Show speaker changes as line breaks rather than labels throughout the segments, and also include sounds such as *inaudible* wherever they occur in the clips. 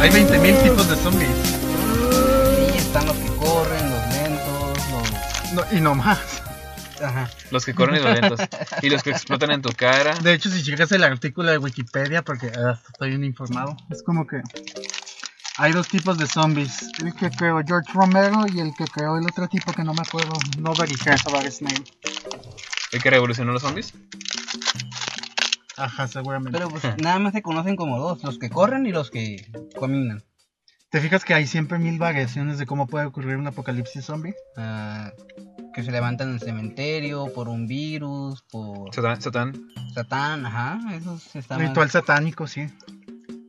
Hay 20.000 tipos de zombies.
Sí, están los que corren, los lentos, los.
No, y no más.
Ajá.
Los que corren y los lentos. Y los que explotan en tu cara.
De hecho, si checas el artículo de Wikipedia, porque ah, estoy bien informado, es como que hay dos tipos de zombies. El que creó George Romero y el que creó el otro tipo que no me acuerdo. Nobody cares about his name.
El que revolucionó los zombies.
Ajá, seguramente.
Pero pues nada más se conocen como dos: los que corren y los que caminan.
¿Te fijas que hay siempre mil variaciones de cómo puede ocurrir un apocalipsis zombie?
Ah, que se levantan del cementerio por un virus, por
Satán, Satán.
Satán, ajá. Eso sí está más,
Ritual satánico, sí.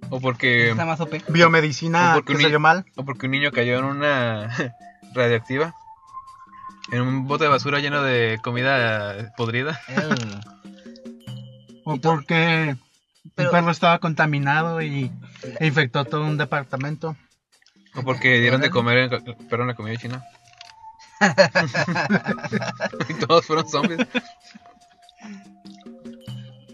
O porque,
está más OP.
Biomedicina
O porque
que
un
salió
ni-
mal.
o porque un niño cayó en una *laughs* radioactiva. En un bote de basura lleno de comida podrida.
Ew.
O
Y to-
porque
Pero-
un perro estaba contaminado y e infectó todo un departamento.
O porque dieron de
Órale.
comer en, perdón, la comida china. *laughs* y todos fueron zombies.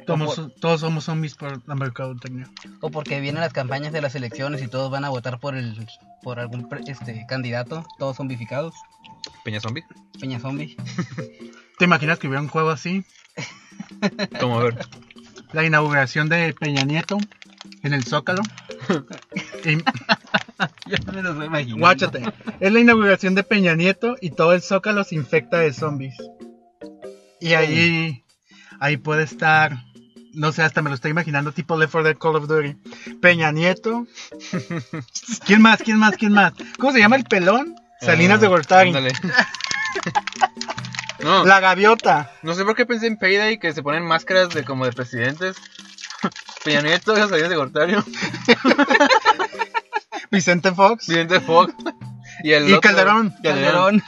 Todos,
por-
todos somos zombies por la mercadotecnia.
O porque vienen las campañas de las elecciones y todos van a votar por el por algún pre- este candidato, todos zombificados,
Peña zombie.
peña zombie.
¿Te imaginas que hubiera un juego así?
Como a ver.
La inauguración de Peña Nieto en el
*laughs*
Zócalo. Y-
Ya me los voy imaginando.
Guáchate. *laughs* Es la inauguración de Peña Nieto y todo el zócalo se infecta de zombies. Y ahí, ahí puede estar, no sé, hasta me lo estoy imaginando, tipo Left 4 Dead Call of Duty. Peña Nieto. ¿Quién más? ¿Quién más? ¿Quién más? ¿Cómo se llama el pelón? Salinas
Ah,
de Gortari. *laughs*
ándale. No,
La gaviota.
no sé por qué pensé en Payday que se ponen máscaras de como de presidentes. *laughs* Peña Nieto, Salinas de Gortari, *laughs*
Vicente Fox.
Presidente Fox. Y, el
Y
otro-
Calderón.
Calderón.
Calderón.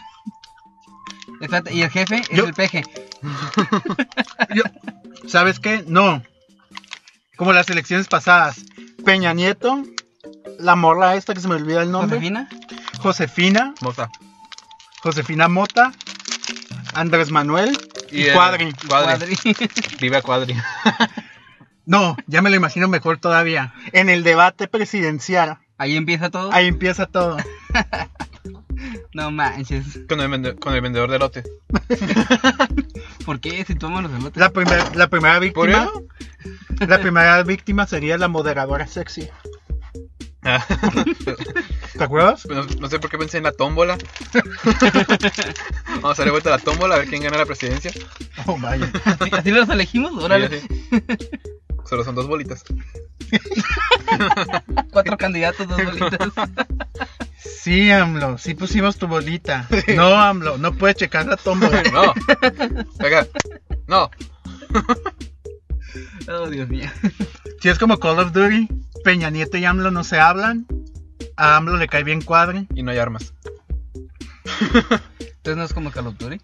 Espérate, y el jefe es
Yo-
el peje.
¿Sabes qué? No. Como las elecciones pasadas. Peña Nieto. La morra esta que se me olvida el nombre.
¿Josefina?
Josefina
Mota.
Josefina Mota, Andrés Manuel y,
el-
Cuadri.
Cuadri. Viva Cuadri. *laughs*
No, ya me lo imagino mejor todavía. En el debate presidencial,
*laughs* Ahí empieza todo.
ahí empieza todo.
No manches.
Con el, vende- con el vendedor de lote.
¿Por qué si tomamos los elotes?
La, primer- la primera
¿Por
víctima,
eso?
la primera víctima sería la moderadora sexy.
*laughs* Ah,
¿Te acuerdas?
no, no sé por qué pensé en la tómbola. *laughs* Vamos a darle vuelta a la tómbola a ver quién gana la presidencia.
Oh, vaya.
¿Así, así los elegimos? Órale.
Sí, Solo son dos bolitas.
Cuatro candidatos,
*laughs*
dos bolitas.
Sí, AMLO, sí pusimos tu bolita. No, AMLO, no puedes checar la tómbola.
No. Acá. No.
Oh, Dios mío.
Si es como Call of Duty, Peña Nieto y AMLO no se hablan. A AMLO le cae bien Cuadri.
Y no hay armas. *laughs*
Entonces no es como Caloturi.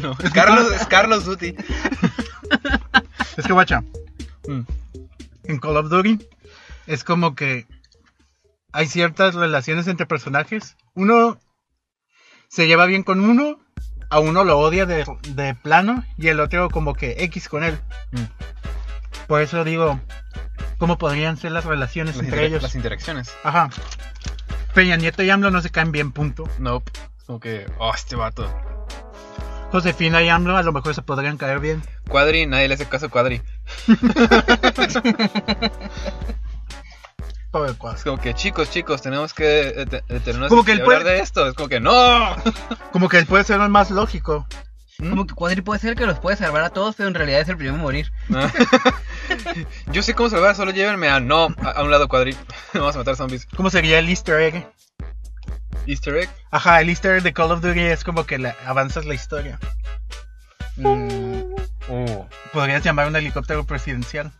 No. Es Carlos, es Carlos Duty.
Es que guacha.
Mm.
en Call of Duty es como que hay ciertas relaciones entre personajes. Uno se lleva bien con uno, a uno lo odia de, de plano y el otro como que X con él.
Mm.
Por eso digo, ¿cómo podrían ser las relaciones
Las,
entre
inter-
ellos?
las interacciones.
Ajá. Peña Nieto y AMLO no se caen bien, punto.
No. Es como que. Oh, este vato.
Josefina y AMLO a lo mejor se podrían caer bien.
Cuadri, nadie le hace caso a Cuadri.
Pobre
Es
cosa.
como que, chicos, chicos, tenemos que eh, te- detenernos
Como que
y
él
hablar
puede-
de esto. Es como que, ¡no!
Como que él puede ser el más lógico.
¿Mm?
Como que Cuadri puede ser que los puede salvar a todos, pero en realidad es el primero a morir.
Ah. *laughs* Yo sé cómo salvar, solo llévenme a no, a, a un lado Cuadri. *laughs* Vamos a matar zombies.
¿Cómo sería el easter egg?
Easter egg.
Ajá, el easter egg de Call of Duty es como que la- avanzas la historia.
Mm,
Podrías llamar un helicóptero presidencial.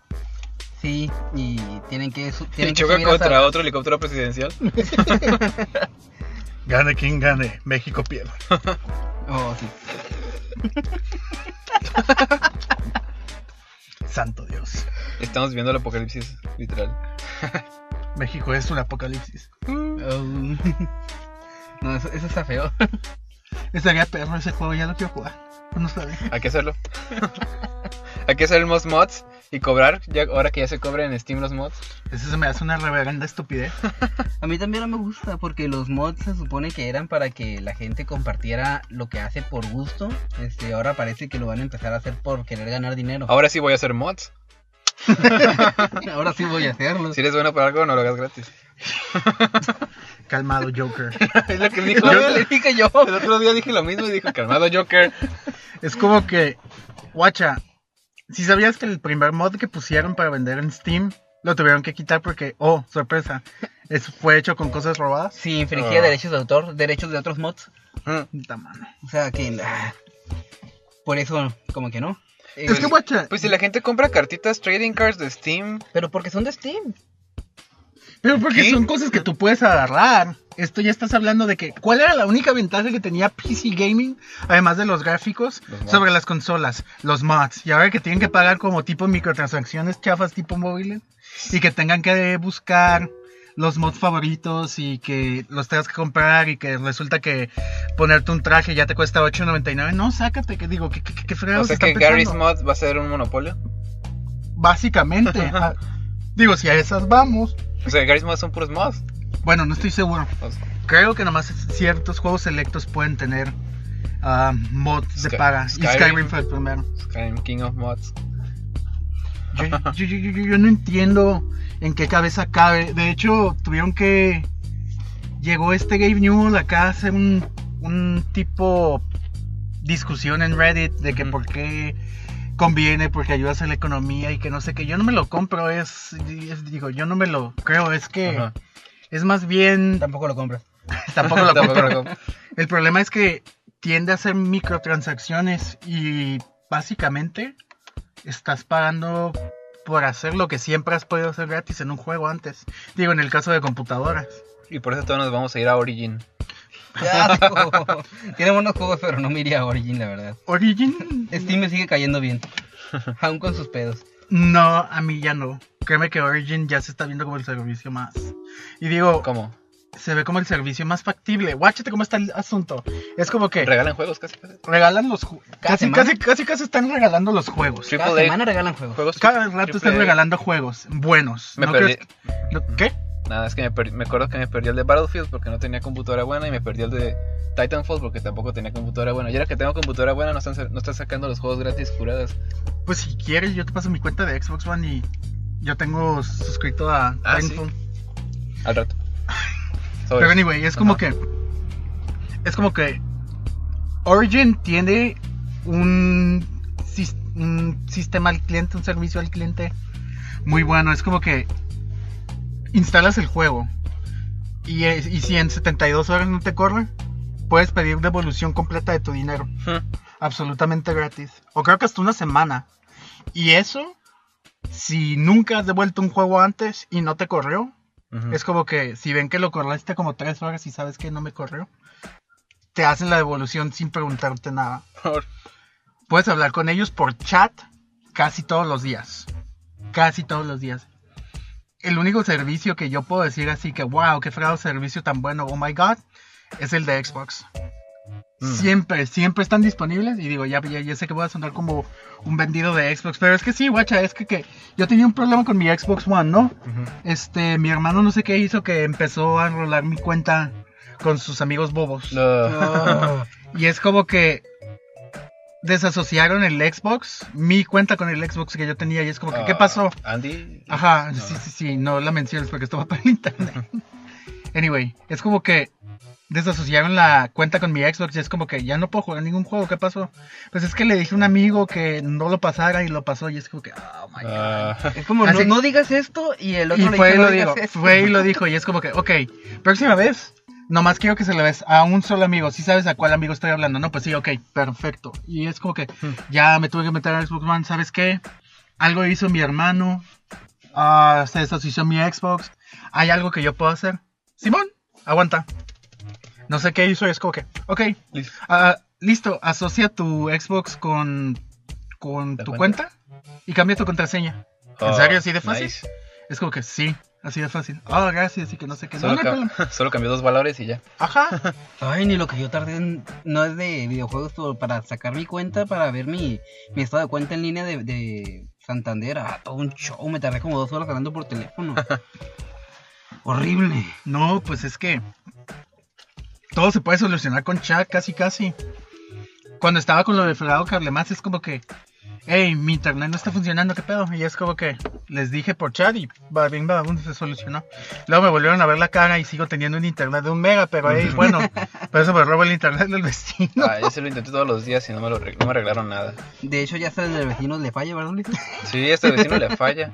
sí, y tienen que, su-
Y
tienen que
choca
subir hasta-
contra otro helicóptero presidencial.
Gane quien gane, México pierde.
Oh, sí.
Santo Dios.
Estamos viendo el apocalipsis, literal.
México es un apocalipsis.
Oh. *laughs* No, eso, eso está feo.
Pues Estaría perro ese juego, ya lo quiero jugar. No sabes.
Hay que hacerlo. *laughs* Hay que hacer los mods y cobrar. Ya, ahora que ya se cobra en Steam los mods.
Eso se me hace una reverenda estupidez.
A mí también no me gusta porque los mods se supone que eran para que la gente compartiera lo que hace por gusto. Este, ahora parece que lo van a empezar a hacer por querer ganar dinero.
Ahora sí voy a hacer mods.
*laughs* Ahora sí voy a hacerlo.
Si eres bueno para algo, no lo hagas gratis.
Calmado, Joker.
Es lo que dijo.
Yo le dije yo.
El otro día dije lo mismo y dijo, calmado Joker.
Es como que, guacha, si sabías que el primer mod que pusieron para vender en Steam lo tuvieron que quitar porque, oh, sorpresa, eso fue hecho con cosas robadas.
Si infringía
Ah.
derechos de autor, derechos de otros mods.
Mm.
Puta madre.
O sea que. ah, por eso, como que no. Eh,
Es que, guacha,
Pues si la gente compra cartitas trading cards de Steam,
Pero porque son de Steam.
pero porque
¿qué?
son cosas que tú puedes agarrar. Esto ya estás hablando de que, ¿cuál era la única ventaja que tenía PC Gaming, además de los gráficos,
Los mods.
sobre las consolas, los mods? Y ahora que tienen que pagar como tipo microtransacciones chafas tipo móviles y que tengan que buscar los mods favoritos y que los tengas que comprar y que resulta que ponerte un traje ya te cuesta 8.99. No, sácate, que digo, que qué, qué
o
fregados
sea
están
que Gary's
pensando?
Mods va a ser un monopolio. *laughs*
Básicamente. ah, digo, si a esas vamos.
O sea, Gary's Mods son puros mods.
Bueno, no estoy seguro.
O sea,
Creo que nomás ciertos juegos selectos pueden tener ah, mods de
Sky-
paga. Y
Skyrim.
Skyrim fue el primero.
Skyrim King of Mods.
Yo, yo- yo- yo- yo- yo no entiendo en qué cabeza cabe. De hecho, tuvieron que. Llegó este Gabe Newell acá a hacer un, un tipo discusión en Reddit de que
Ujú.
por qué conviene, porque ayudas a la economía y que no sé qué. Yo no me lo compro, es, es- digo, yo no me lo creo, es que *laughs*
Ajá.
es más bien
Tampoco lo compras.
tampoco
*laughs*
lo
Tampoco
compro.
lo compro.
El problema es que tiende a hacer microtransacciones y básicamente estás pagando por hacer lo que siempre has podido hacer gratis en un juego antes. Digo, en el caso de computadoras.
Y por eso todos nos vamos a ir a Origin.
Qué *laughs* asco. Tiene buenos juegos, pero no me iría a Origin, la verdad.
Origin,
Steam me sigue cayendo bien. Aún con sus pedos.
*laughs* no, a mí ya no. Créeme que Origin ya se está viendo como el servicio más. Y digo,
¿Cómo?
se ve como el servicio más factible. Guáchate cómo está el asunto. Es como que
Regalan juegos casi. casi.
regalan los ju-
Cada
casi,
semana.
casi, casi, casi están regalando los juegos.
Triple
Cada
A.
semana regalan juegos.
Juegos
Cada rato
triple
están
A.
regalando juegos buenos.
Me
¿No
perdí.
crees que- no- ¿Qué?
Nada, es que me, per- me acuerdo que me perdí el de Battlefield porque no tenía computadora buena y me perdí el de Titanfall porque tampoco tenía computadora buena. Y ahora que tengo computadora buena no están, sa- no están sacando los juegos gratis curadas.
Pues si quieres, yo te paso mi cuenta de Xbox One y yo tengo suscrito a
Ah, sí.
Titanfall.
Al rato. Sobres.
Pero anyway, es como que. Es como que. Origin tiene un, sis- un sistema al cliente, un servicio al cliente muy bueno. Es como que instalas el juego y, es- y si en 72 horas no te corre, puedes pedir devolución completa de tu dinero.
Hmm.
absolutamente gratis. O creo que hasta una semana. Y eso, si nunca has devuelto un juego antes y no te corrió,
Ujú.
es como que si ven que lo corriste como tres horas y sabes que no me corrió, te hacen la devolución sin preguntarte nada.
Por-
Puedes hablar con ellos por chat casi todos los días. Casi todos los días. El único servicio que yo puedo decir así que, wow, qué fregado servicio tan bueno, oh my god, es el de Xbox.
Mm.
Siempre, siempre están disponibles. Y digo, ya, ya, ya sé que voy a sonar como un vendido de Xbox. Pero es que sí, guacha, es que, que yo tenía un problema con mi Xbox One, ¿no?
Ujú.
Este, mi hermano no sé qué hizo que empezó a enrolar mi cuenta con sus amigos bobos.
Lo-
Oh,
Y es como que desasociaron el Xbox, mi cuenta con el Xbox que yo tenía. Y es como que, Oh, ¿qué
Ah,
pasó?
Andy.
Ajá,
No.
sí, sí, sí, no la menciones porque esto va para el internet.
*laughs*
anyway, es como que desasociaron la cuenta con mi Xbox y es como que ya no puedo jugar ningún juego, ¿qué pasó? Pues es que le dije a un amigo que no lo pasara y lo pasó y es como que, oh my god.
Ah,
es como,
Así-
no, no digas esto y el otro
Y
le
fue y
dice, no
lo
digas
dijo,
esto.
fue y lo dijo y es como que, ok, próxima vez, nomás quiero que se lo ves a un solo amigo, si sabes a cuál amigo estoy hablando, no, pues sí, ok, perfecto. Y es como que
Hmm.
ya me tuve que meter a Xbox One, ¿sabes qué? Algo hizo mi hermano, ah, se desoció mi Xbox, hay algo que yo puedo hacer. Simón, aguanta. No sé qué hizo y es como que, ok,
Listo.
ah, listo, asocia tu Xbox con, con
¿La
tu
cuenta?
cuenta y cambia tu contraseña. ¿En
Ah,
serio? ¿Así de fácil?
nice.
Es como que sí. Así de fácil. Ah, gracias, y que no sé qué. No,
Solo,
no hay
ca-
problema.
*laughs* solo cambió dos valores y ya.
Ajá.
Ay, ni lo que yo tardé en- no es de videojuegos pero para sacar mi cuenta, para ver mi, mi estado de cuenta en línea de, de Santander. Ah, todo un show, me tardé como dos horas hablando por teléfono. Horrible.
No, pues es que todo se puede solucionar con chat, casi, casi. Cuando estaba con lo de Fregado Carlemás, es como que, hey, mi internet no está funcionando, ¿qué pedo? Y es como que les dije por chat y babín, babum, se solucionó. Luego me volvieron a ver la cara y sigo teniendo un internet de un mega, pero ahí,
*laughs*
bueno, por eso me robo el internet del vecino.
Ah, yo se lo intenté todos los días y no me, lo, arreg- no me arreglaron nada.
De hecho, ya hasta el de vecinos le falla, ¿verdad, Ulises?
Sí,
*laughs*
este vecino le falla.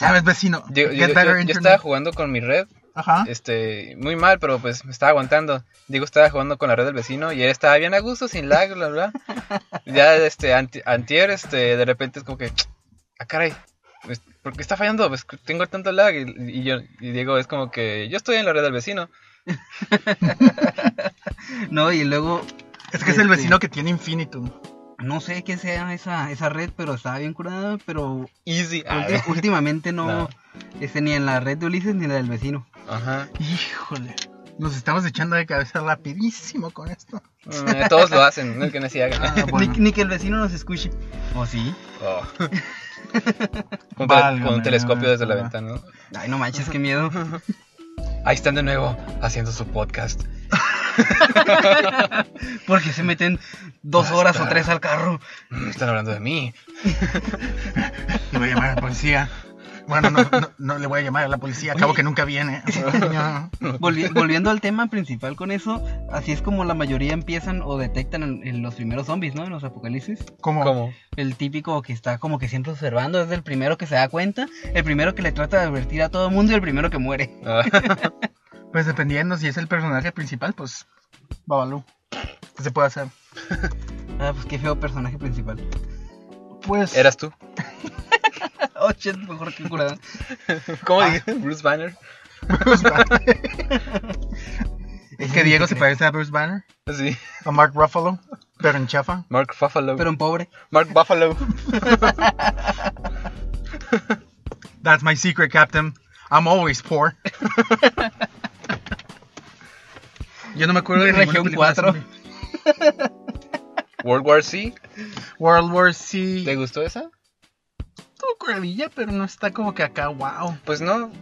¿Sabes, vecino?
Yo, yo-
Get
yo-
better
yo
internet.
estaba jugando con mi red,
Ajá.
este, muy mal, pero pues me estaba aguantando. Digo, estaba jugando con la red del vecino y él estaba bien a gusto, sin lag,
*laughs*
bla, bla. Ya, este, anti- antier, este, de repente es como que, ah, caray, pues, ¿por qué está fallando? Pues tengo tanto lag. Y, y yo, y digo, es como que, yo estoy en la red del vecino.
*laughs* No, y luego,
Es que es el
Este-
vecino que tiene infinitum.
no sé qué sea esa, esa red, pero estaba bien curada, pero
Easy.
Pues
Ah,
ulti- últimamente no,
No.
este, ni en la red de Ulises ni en la del vecino.
*laughs* Ajá.
Híjole, nos estamos echando de cabeza rapidísimo con esto.
Mm, Todos lo hacen, no es que no
*laughs*
se hagan.
Ah, bueno.
*laughs* ni, ni que el vecino nos escuche. ¿O sí?
Oh. *laughs* Con, un tele-
Válgame,
con un telescopio desde la
válgame.
ventana. ¿no?
Ay, no manches, qué miedo.
Ahí están de nuevo haciendo su podcast.
Porque se meten dos horas o tres al carro.
Mm, Están hablando de mí.
Le voy a llamar a la policía. Bueno, no, no, no le voy a llamar a la policía, acabo que nunca *laughs* viene. No.
Volvi- volviendo al tema principal con eso, así es como la mayoría empiezan o detectan en, en los primeros zombies, ¿no? En los apocalipsis.
¿Cómo?
¿Cómo?
El típico que está como que siempre observando es el primero que se da cuenta, el primero que le trata de advertir a todo el mundo y el primero que muere.
Ah, *laughs*
Pues dependiendo si es el personaje principal, pues Babalú. ¿Qué se puede hacer?
Ah, pues qué feo personaje principal. *laughs*
Pues
¿Eras tú?
Oh, shit, mejor que curada.
¿Cómo
Ah.
dije? Bruce Banner.
*laughs* es que Diego se parece a Bruce Banner,
Sí.
a Mark Ruffalo, pero en chafa.
Mark Buffalo.
Pero en pobre.
Mark Buffalo.
That's my secret, Captain. I'm always poor. *laughs* Yo no me acuerdo *laughs* de ninguna
Región
película de
cuatro.
zombie.
World War C.
World War C.
¿Te gustó esa?
Estuvo curadilla, pero no está como que acá, wow.
Pues no.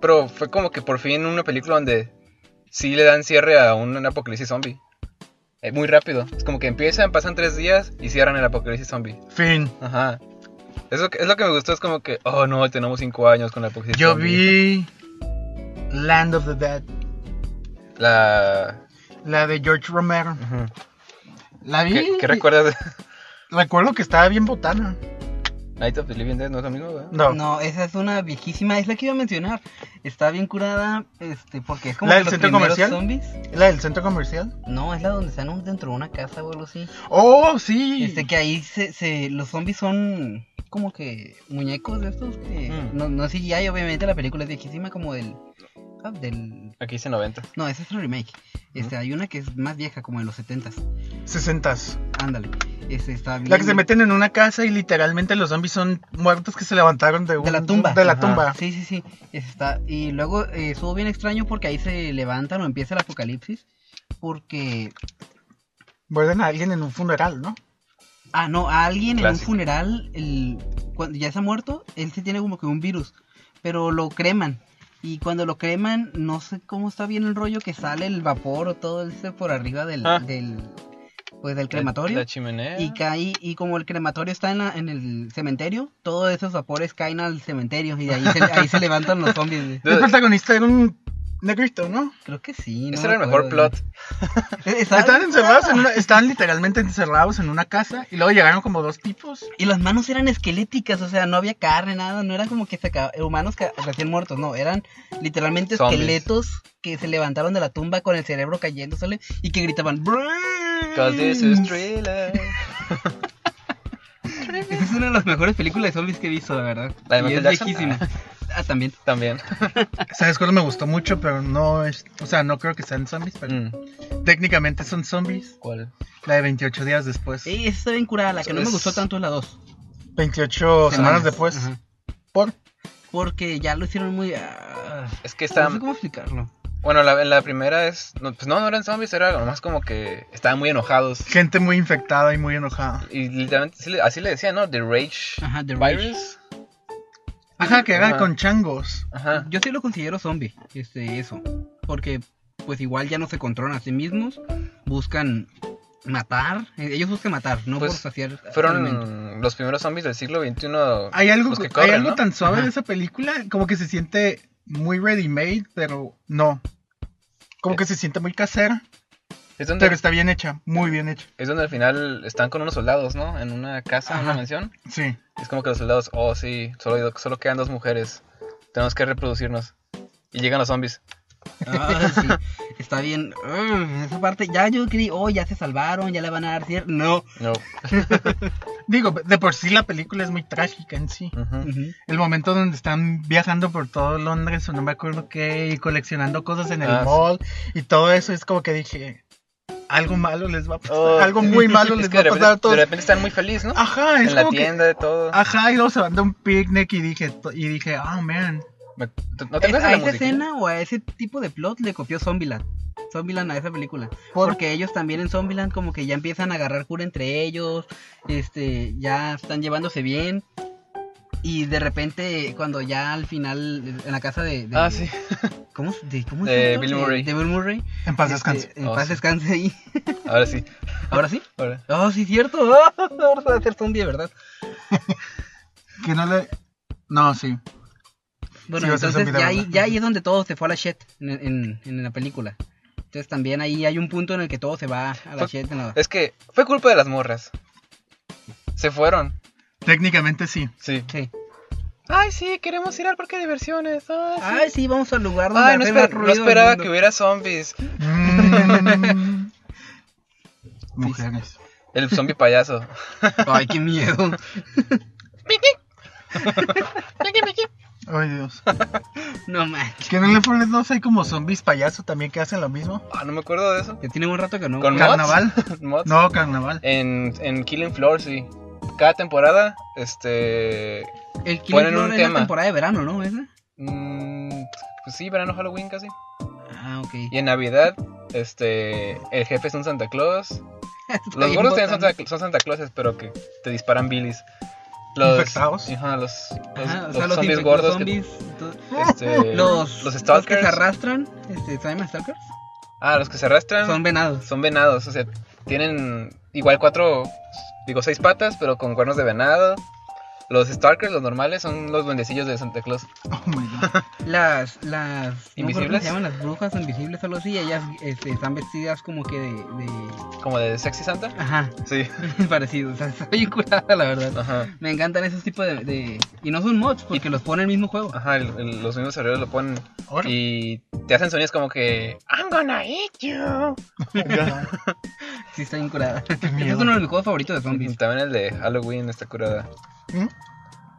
Pero fue como que por fin una película donde sí le dan cierre a un, un apocalipsis zombie. Eh, muy rápido. Es como que empiezan, pasan tres días y cierran el apocalipsis zombie.
Fin.
Ajá. Es lo, que, es lo que me gustó, es como que, oh no, tenemos cinco años con la apocalipsis
Yo
zombie.
vi Land of the Dead,
La.
la de George Romero.
Ujú.
La vi.
¿Qué, qué recuerdas *laughs* de
Recuerdo que estaba bien botana.
Night of the Living Dead? ¿No es lo mismo, güey?
No.
No, esa es una viejísima, es la que iba a mencionar. Está bien curada, este, porque es como
¿La
que
del
los
centro
primeros
comercial?
zombies.
¿La del centro comercial?
No, es la donde están un- dentro de una casa o algo así.
Oh, sí.
Este que ahí se, se- los zombies son como que muñecos de estos que
Mm.
no, no es CGI, obviamente la película es viejísima como del ah, del
Aquí dice 90.
no, ese es otro remake. Este, hay una que es más vieja como de los 70s.
Sesentas.
Ándale. Este está bien.
La que se meten en una casa y literalmente los zombies son muertos que se levantaron de, un-
de la tumba.
De la
Ajá.
tumba.
Sí, sí, sí. Ese Está. Y luego eh, estuvo bien extraño porque ahí se levantan o empieza el apocalipsis. Porque
Muerden a alguien en un funeral, ¿no?
Ah, no, a alguien en
Clásico.
un funeral, el, cuando ya se ha muerto, él se tiene como que un virus, pero lo creman. Y cuando lo creman, no sé cómo está bien el rollo que sale el vapor o todo ese por arriba del,
Ah.
del pues del
La-
crematorio.
La, chimenea.
y cae, y como el crematorio está en, la- en el cementerio, todos esos vapores caen al cementerio y de ahí se, ahí se levantan los zombies.
*laughs*
güey.
El protagonista era un negrito, ¿no?
Creo que sí. no
Ese
me
era el mejor
acuerdo,
plot.
güey. Eh, estaba-
Estaban encerrados en una, estaban literalmente encerrados en una casa y luego llegaron como dos tipos.
Y las manos eran esqueléticas, o sea, no había carne, nada, no eran como que se acaba- humanos ca- recién muertos, no, eran literalmente
Zombies.
esqueletos que se levantaron de la tumba con el cerebro cayéndosele y que gritaban
Cause
"Brains".
this is thriller.
Esa es una de las mejores películas de zombies que he visto, la verdad.
¿La de
Y
Michael
es
Jackson?
viejísima. Ah, también.
También.
¿Sabes cuál me gustó mucho? Pero no es. O sea, no creo que sean zombies, pero
Mm,
técnicamente son zombies.
¿Cuál?
La de 28 días después.
Sí, esa está bien curada, la que no me
Es-
gustó tanto es la 2.
28 semanas, después. Por.
Porque ya lo hicieron muy. ah,
Es que está.
No sé cómo explicarlo.
Bueno, la, la primera es. No, pues no, no eran zombies, era nomás como que estaban muy enojados.
Gente muy infectada y muy enojada.
Y literalmente así le, así le decían, ¿no? The Rage
Ajá, The Rage.
Virus.
Ajá, que era
Ajá.
con changos.
Ajá.
Yo sí lo considero zombie, este, eso. Porque, pues igual ya no se controlan a sí mismos. Buscan matar. eh, Ellos buscan matar, no
Pues,
por saciar.
*laughs*
alimento.
Fueron los primeros zombies del siglo XXI.
Hay algo,
Los que
hay
corren,
algo
¿no?
tan suave
Ajá.
de esa película, como que se siente muy ready-made, pero no. Como que se siente muy casera,
Es donde,
pero está bien hecha, muy bien hecha.
es donde al final están con unos soldados, ¿no? En una casa, en una
Ajá.
mansión.
Sí.
Es como que los soldados, oh sí, solo, solo quedan dos mujeres. Tenemos que reproducirnos. Y llegan los zombies.
Ah, sí, Está bien. Mm, esa parte, ya yo creí, oh, ya se salvaron, ya le van a dar cierre. No.
No.
Digo, de por sí la película es muy trágica en sí.
Ujú.
Ujú.
El momento donde están viajando por todo Londres o no me acuerdo qué, y coleccionando cosas en el
Ah, sí.
mall y todo eso, es como que dije, algo malo les va a pasar,
Oh,
algo
sí.
muy malo
Es
les
que
va
de
a
repente,
pasar a todos.
de repente están muy felices, ¿no?
Ajá, es
en la
como que- Ah.
tienda, de todo.
Ajá, y luego se van de un picnic y dije, to- y dije, oh man.
Me- ¿No te
Eh,
¿Es-
acuerdas de
¿A
la
esa
musiquita?
escena o a ese tipo de plot le copió Zombieland? Zombieland a esa película.
¿por
Porque ellos también en Zombieland como que ya empiezan a agarrar cura entre ellos, este, ya están llevándose bien. Y de repente, cuando ya al final, en la casa de... de-
Ah, sí.
¿Cómo, se- de, cómo
De
se llama?
Bill Murray.
De Bill Murray.
En paz
este,
descanse.
en
Oh,
paz
sí.
descanse ahí. *laughs*
Ahora sí.
¿Ahora sí?
Ahora.
Oh, sí, cierto. *laughs* Oh, ahora se va a hacer zombie, ¿verdad?
Que no le. No, sí.
Bueno,
Sí, va a ser
entonces
zombie, la
ya ahí,
verdad.
ya ahí es donde todo se fue a la shit en, en- en la película. Entonces también ahí hay un punto en el que todo se va a la
Fue-
shit. en la-
Es que fue culpa de las morras. Se fueron.
Técnicamente sí.
Sí.
Sí.
Ay, sí, queremos ir al parque de diversiones. Ay,
Ah,
Ay, sí, vamos al lugar donde
Ay, no,
hace
esper-
más
no
ruido del
esperaba
mundo.
que hubiera zombies.
Mm. *laughs* Mujeres.
El zombie payaso.
*laughs*
Ay, qué miedo.
Ay, Dios.
*laughs* No manches.
Que en el Forest 2 hay como zombies payaso también que hacen lo mismo.
Ah, no me acuerdo de eso. *laughs*
Ya tiene un rato que no.
Con
güey.
*laughs* ¿Carnaval?
Mods.
No, carnaval. *laughs*
En, en Killing Floor, sí. Cada temporada, este.
El Killing
ponen
Floor
un
es
tema.
la temporada de verano, ¿no? ¿Esa?
mm, pues sí, verano Halloween casi.
Ah, ok.
Y en Navidad, este. El jefe es un Santa Claus.
*laughs* Está
Los
bien
gordos también son
botana.
Santa, son Santa Clauses, pero que te disparan bilis.
Infectados.
Ajá, los, los,
Ajá, o
los
sea, los
zombies
infec-
gordos.
Los,
que-
zombies, to- *laughs* los,
este, los
los que
stalkers.
se arrastran, este, ¿se llaman stalkers?
ah, los que se arrastran
Son
son...
venados.
venados. O sea, tienen igual cuatro, digo, seis patas, pero con cuernos de venado. Los Starkers, los normales, son los duendecillos de Santa Claus.
Oh my god.
Las, las... no me acuerdo cómo
¿Invisibles?
se llaman las brujas invisibles o algo así. Ellas este, están vestidas como que de... de-
Como de Sexy Santa.
*laughs* Ajá,
Sí,
parecido. O sea, está bien curada, la verdad.
ajá.
Me encantan esos tipos de, de- Y no son mods, porque los pone el mismo juego. Ah,
Ajá, el- el- los mismos servidores lo ponen.
Ahora. *laughs*
Y te hacen sonidos como que. I'm gonna eat you.
Sí, está bien curada.
*laughs* Qué
Ese
miedo.
es uno de mis juegos favoritos de
Y
zombies.
También el de Halloween está curada.
¿Mm?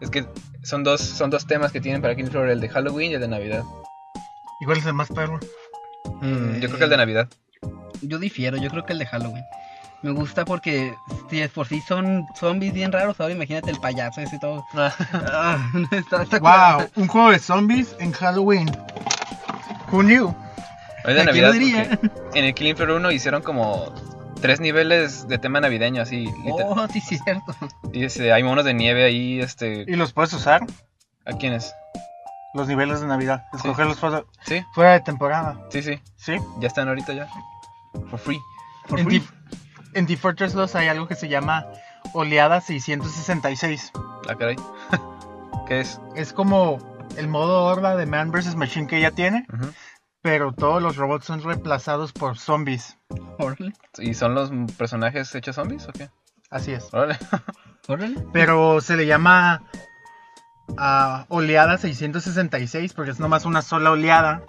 Es que son dos, son dos temas que tienen para King Floor, el de Halloween y el de Navidad.
Igual es el más perro.
Mm, Yo creo que el de Navidad. *laughs*
Yo difiero, yo creo que el de Halloween. Me gusta porque si es por sí son zombies bien raros, ahora imagínate el payaso ese y todo. *laughs* Ah, está, está curada.
Wow, un juego de zombies en Halloween. Who knew?
El de
¿A quién
Navidad.
lo diría?
porque En el Killing Floor 1 hicieron como tres niveles de tema navideño así. liter-
Oh, sí, sí, cierto. *laughs*
Y este, hay monos de nieve ahí, este.
¿Y los puedes usar?
¿A quiénes?
Los niveles de Navidad. Escogerlos fuera,
Sí,
fuera de temporada.
sí, sí.
¿Sí?
Ya están ahorita ya. For free.
Por
en,
free.
Deep- en Deep Fortress 2 hay algo que se llama Oleada 666.
La Ah, caray. *laughs* ¿Qué es?
Es como el modo horda de Man vs. Machine que ya tiene,
Ujú.
pero todos los robots son reemplazados por zombies.
Órale,
¿Y son los personajes hechos zombies o qué?
Así es.
Órale.
órale.
Pero se le llama ah, Oleada 666 porque es nomás una sola oleada.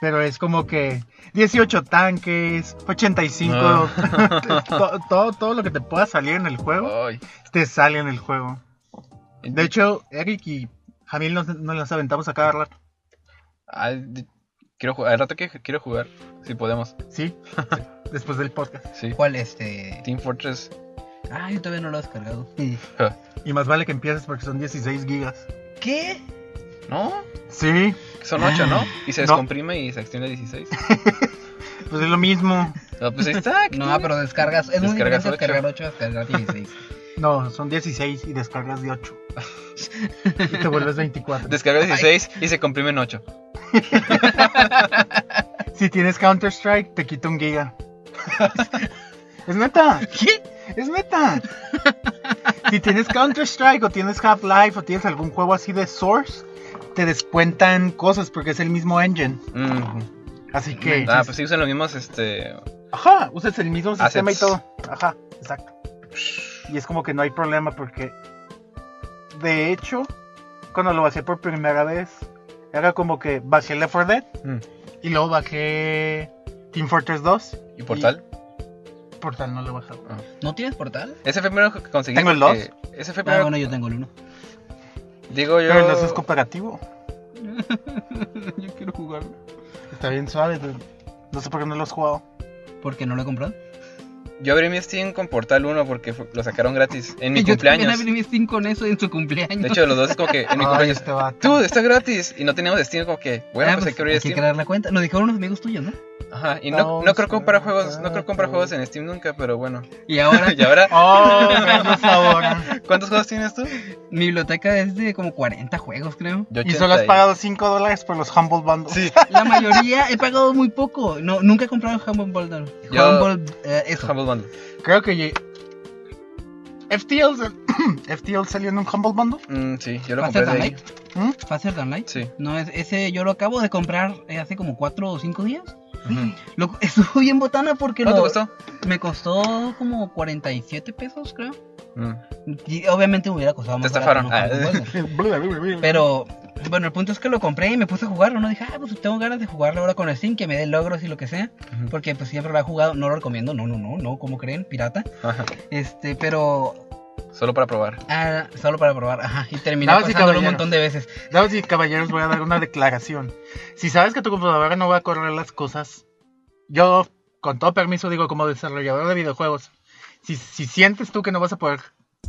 Pero es como que 18 tanques, 85, *laughs* to- todo, todo lo que te pueda salir en el juego,
Ay.
te sale en el juego. De hecho, Eric y Jamil nos, nos las aventamos a cada rato.
Ay, di- quiero jugar. Al rato que quiero jugar. Si podemos.
Sí, después del
*laughs*
podcast.
Sí.
¿Cuál este?
Team Fortress.
Ah, yo todavía no lo he descargado.
Y más vale que empieces porque son 16 gigas.
¿Qué?
No,
Sí,
son 8, ¿no? Y se
Ah, No.
descomprime y se extiende a 16.
pues es lo mismo.
No, pues ahí está. ¿qué
*laughs* No,
tiene?
pero descargas. Es muy
Descargas
diferente
ocho.
descargar 8 a
*laughs*
descargar 16.
No, son 16 y descargas de 8. Y te vuelves 24.
Descarga 16 y se comprime en 8.
Si tienes Counter-Strike, te quita un giga. *laughs* es neta.
¿Qué?
Es neta. Si tienes Counter-Strike o tienes Half-Life o tienes algún juego así de Source, te descuentan cosas porque es el mismo engine.
Mm.
Así que.
Ah, pues sí, usan los mismos, este...
Ajá, usas el mismo sistema
Assets.
y todo. Ajá, exacto. Y es como que no hay problema porque, de hecho, cuando lo bajé por primera vez, era como que bajé Left 4 Dead
mm,
y luego bajé Team Fortress 2.
¿Y portal?
Portal no lo he bajado.
¿No tienes portal?
Ese fue primero que conseguí.
¿Tengo el
porque- Ese fue
Ah,
primero...
bueno, yo tengo el
*laughs*
1.
Digo yo...
Pero el 2 es cooperativo.
yo quiero jugarlo.
Está bien suave. dude. No sé por qué no lo has jugado.
¿Por qué no lo he comprado?
Yo abrí mi Steam con Portal 1 porque fu- lo sacaron gratis en mi
*laughs* yo
cumpleaños.
también abrí mi Steam con eso en su cumpleaños.
De hecho, los dos es como que en mi
Ay,
cumpleaños.
este vato.
Tú, está gratis. Y no teníamos Steam, como que, bueno,
Ah,
pues hay que abrir
hay que
Steam.
crear la cuenta. Lo dijeron unos amigos tuyos, ¿no?
Ajá, y no, no creo comprar juegos, no creo comprar
Vamos,
juegos en Steam nunca, pero bueno. *laughs*
Y ahora
Y ahora,
Oh, menos ahora. *laughs*
¿cuántos juegos tienes tú?
mi biblioteca es de como 40 juegos, creo.
Yo
Y solo has
80
pagado 5 dólares por los Humble Bundles.
Sí,
La mayoría he pagado muy poco. No, nunca he comprado Humble Bundle.
Yo-
Humble, eh, eso.
Humble Bundle.
Creo que ye- FTL, *clears throat* sal- FTL salió en un Humble Bundle.
Mm, sí, yo lo
Faster
compré de
Than
ahí.
Light.
¿Mm?
Faster Than Light.
Sí.
No, es, ese yo lo acabo de comprar eh, hace como 4 o 5 días.
Ujú.
Lo, estuvo bien botana porque
¿No
lo-
te gustó?
me costó como 47 pesos, creo.
Mm.
Y obviamente me hubiera costado
Te
más.
estafaron.
barato, ¿no?
Ah.
Humble Bundle. Pero bueno, el punto es que lo compré y me puse a jugarlo. No dije, ah, pues tengo ganas de jugarlo ahora con el Steam, que me dé logros y lo que sea.
Ujú.
Porque pues siempre lo he jugado, no lo recomiendo, no, no, no, no, como creen, pirata.
Ajá.
Este, pero
Solo para probar.
ah, solo para probar, ajá, y terminé
Damas y
pasándolo un
caballeros.
montón de veces.
Damas y caballeros, voy a dar una declaración. Si sabes que tu computadora no va a correr las cosas, yo, con todo permiso, digo como desarrollador de videojuegos, si, si sientes tú que no vas a poder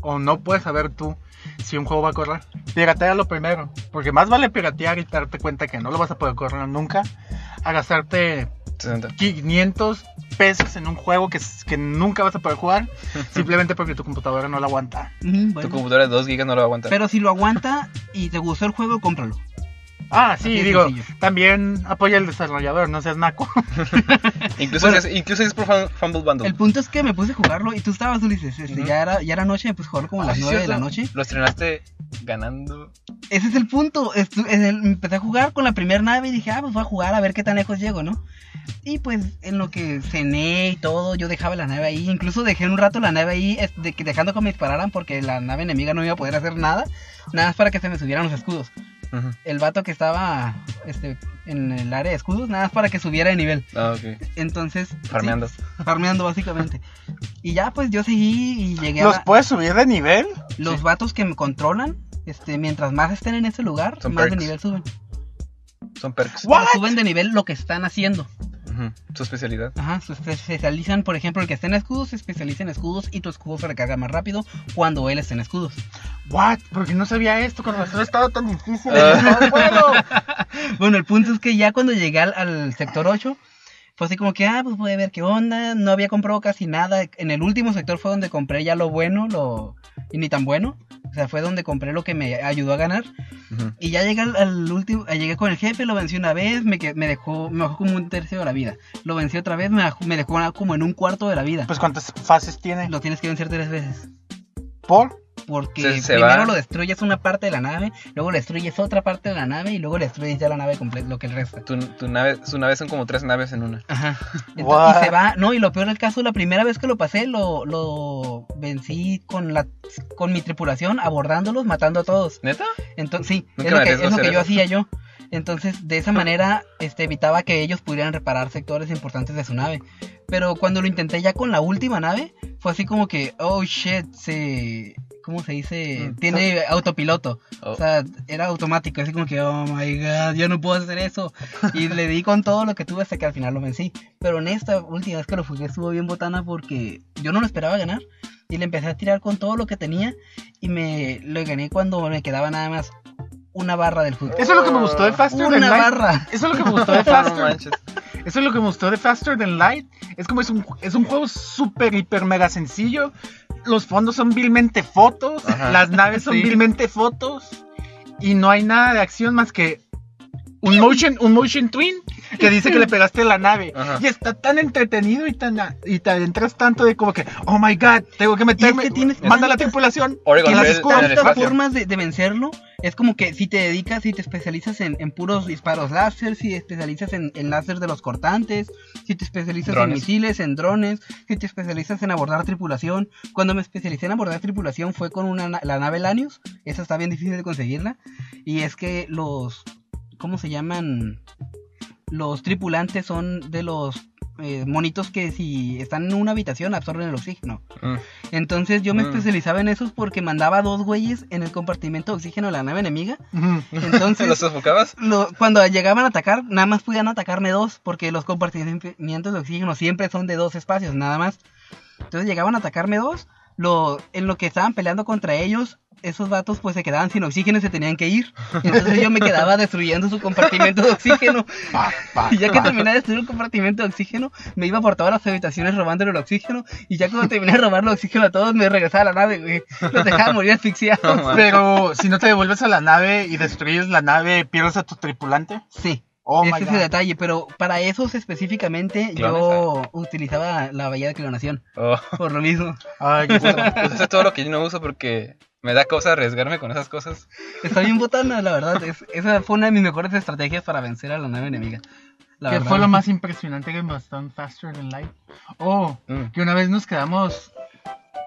o no puedes saber tú si un juego va a correr, piratealo primero. Porque más vale piratear y darte cuenta que no lo vas a poder correr nunca a gastarte
60.
500 pesos en un juego que, s- que nunca vas a poder jugar simplemente porque tu computadora no la aguanta.
Mm,
Tu
bueno.
computadora de 2 gigas no lo va a aguantar.
Pero si lo aguanta y te gustó el juego, cómpralo.
Ah, sí,
Así de
digo,
sencillo.
también apoya al desarrollador, no seas naco.
Incluso,
Bueno.
es, incluso es por Fum- Fumble Bundle.
El punto es que me puse a jugarlo y tú estabas, Ulises. Este,
Ujú.
ya, era, ya era noche, pues jugarlo como a
Ah,
las
sí,
9 de la
cierto.
noche.
Lo estrenaste ganando.
Ese es el punto. estu- es el- empecé a jugar con la primera nave y dije, ah, pues voy a jugar a ver qué tan lejos llego, ¿no? Y pues en lo que cené y todo, yo dejaba la nave ahí. Incluso dejé un rato la nave ahí es- de que- dejando que me dispararan porque la nave enemiga no iba a poder hacer nada. Nada más para que se me subieran los escudos.
Ujú.
El vato que estaba este, en el área de escudos, nada más para que subiera de nivel.
Ah, ok.
Entonces... sí,
Farmeando.
farmeando básicamente. Y ya pues yo seguí y llegué
*laughs* ¿Los
a...
puedes subir de nivel?
Los
Sí.
vatos que me controlan, este, mientras más estén en ese lugar,
Son
más
perks.
de nivel suben.
Son perks.
¿What?
Pero suben de nivel lo que están haciendo.
Ujú. Su especialidad.
Ajá, se se especializan, por ejemplo, el que está en escudos se especializa en escudos y tu escudo se recarga más rápido cuando él está en escudos. *laughs*
What? Porque no sabía esto, con razón estaba tan difícil.
Ah.
el juego.
Bueno, el punto es que ya cuando llegué al, al sector 8, fue así como que, ah, pues voy a ver qué onda, no había comprado casi nada. En el último sector fue donde compré ya lo bueno, lo... y ni tan bueno. O sea, fue donde compré lo que me ayudó a ganar.
Ujú.
Y ya llegué al, al último, eh, llegué con el jefe, lo vencí una vez, me, que- me dejó, me bajó como un tercio de la vida. Lo vencí otra vez, me, bajó- me dejó una- como en un cuarto de la vida.
Pues cuántas fases tiene.
Lo tienes que vencer tres veces.
Por
Porque
Se- se
primero
va.
lo destruyes una parte de la nave, luego destruyes otra parte de la nave y luego destruyes ya la nave completa, lo que el resto.
Tu, tu nave, su nave son como tres naves en una.
Ajá. Entonces,
What?
y se va, no, y lo peor del caso, la primera vez que lo pasé, lo, lo vencí con la con mi tripulación, abordándolos, matando a todos.
¿Neta?
Entonces, sí,
Nunca
es lo
me
que,
arriesgo
es
a
lo que
hacer
yo
eso.
hacía yo. Entonces, de esa manera, este, evitaba que ellos pudieran reparar sectores importantes de su nave. Pero cuando lo intenté ya con la última nave, fue así como que, oh shit, se... ¿Cómo se dice?
Mm.
Tiene autopiloto.
Oh.
O sea, era automático. Así como que, oh my god, yo no puedo hacer eso. Y le di con todo lo que tuve hasta que al final lo vencí. Pero en esta última vez que lo jugué estuvo bien botana porque yo no lo esperaba ganar. Y le empecé a tirar con todo lo que tenía. Y me lo gané cuando me quedaba nada más una barra del fútbol.
Eso es lo que me gustó de Faster
Una
Than Light.
barra.
Eso es lo que me gustó de
*laughs* No
Faster.
manches.
Eso es lo que me gustó de Faster Than Light. Es como es un, es un juego súper, hiper, mega sencillo. Los fondos son vilmente fotos.
Ajá.
Las naves son
Sí.
vilmente fotos. Y no hay nada de acción más que un motion, un motion twin que dice que
*laughs*
le pegaste a la nave.
Ajá.
Y está tan entretenido y, tan, a- y te adentras tanto de como que, oh my god, tengo que meterme.
que tienes
Manda la
tantas-
tripulación.
Oregon
que las
Trail en
escondas.
el
tantas
espacio.
formas de, de vencerlo. Es como que si te dedicas, si te especializas en, en puros disparos láser, si te especializas en, en láser de los cortantes, si te especializas
Drones.
en misiles, en drones, si te especializas en abordar tripulación. Cuando me especialicé en abordar tripulación fue con una, na- la nave Lanius. Esa está bien difícil de conseguirla. Y es que los... ¿Cómo se llaman? Los tripulantes son de los eh, monitos que si están en una habitación absorben el oxígeno.
Mm.
Entonces yo me
Mm.
especializaba en esos porque mandaba dos güeyes en el compartimento de oxígeno de la nave
*laughs*
enemiga.
Ujú.
¿Los
Entonces,
sofocabas?
lo- cuando llegaban a atacar, nada más podían atacarme dos, porque los compartimientos de oxígeno siempre son de dos espacios, nada más. Entonces llegaban a atacarme dos, lo, en lo que estaban peleando contra ellos, esos vatos pues se quedaban sin oxígeno y se tenían que ir. Entonces yo me quedaba destruyendo su compartimento de oxígeno.
Pa, pa,
Y ya que
pa.
terminé de destruir el compartimento de oxígeno, me iba por todas las habitaciones robándole el oxígeno. Y ya cuando terminé de robarle oxígeno a todos, me regresaba a la nave, güey. Los dejaba morir
No,
asfixiados.
man.
Pero si no te devuelves a la nave y destruyes la nave, pierdes a tu tripulante.
*laughs* Sí,
Oh my
ese es el
god.
detalle. Pero para esos específicamente,
Clones,
yo utilizaba la bahía de clonación.
Oh.
Por lo mismo.
Ay,
*laughs*
qué bueno.
Pues eso es todo lo que yo no uso porque me da cosa arriesgarme con esas cosas.
Está bien botana, la verdad. Es- esa fue una de mis mejores estrategias para vencer a la nave enemiga. La
¿Qué
verdad.
fue lo más impresionante que me gustó en Faster Than Light? Oh,
Mm.
que una vez nos quedamos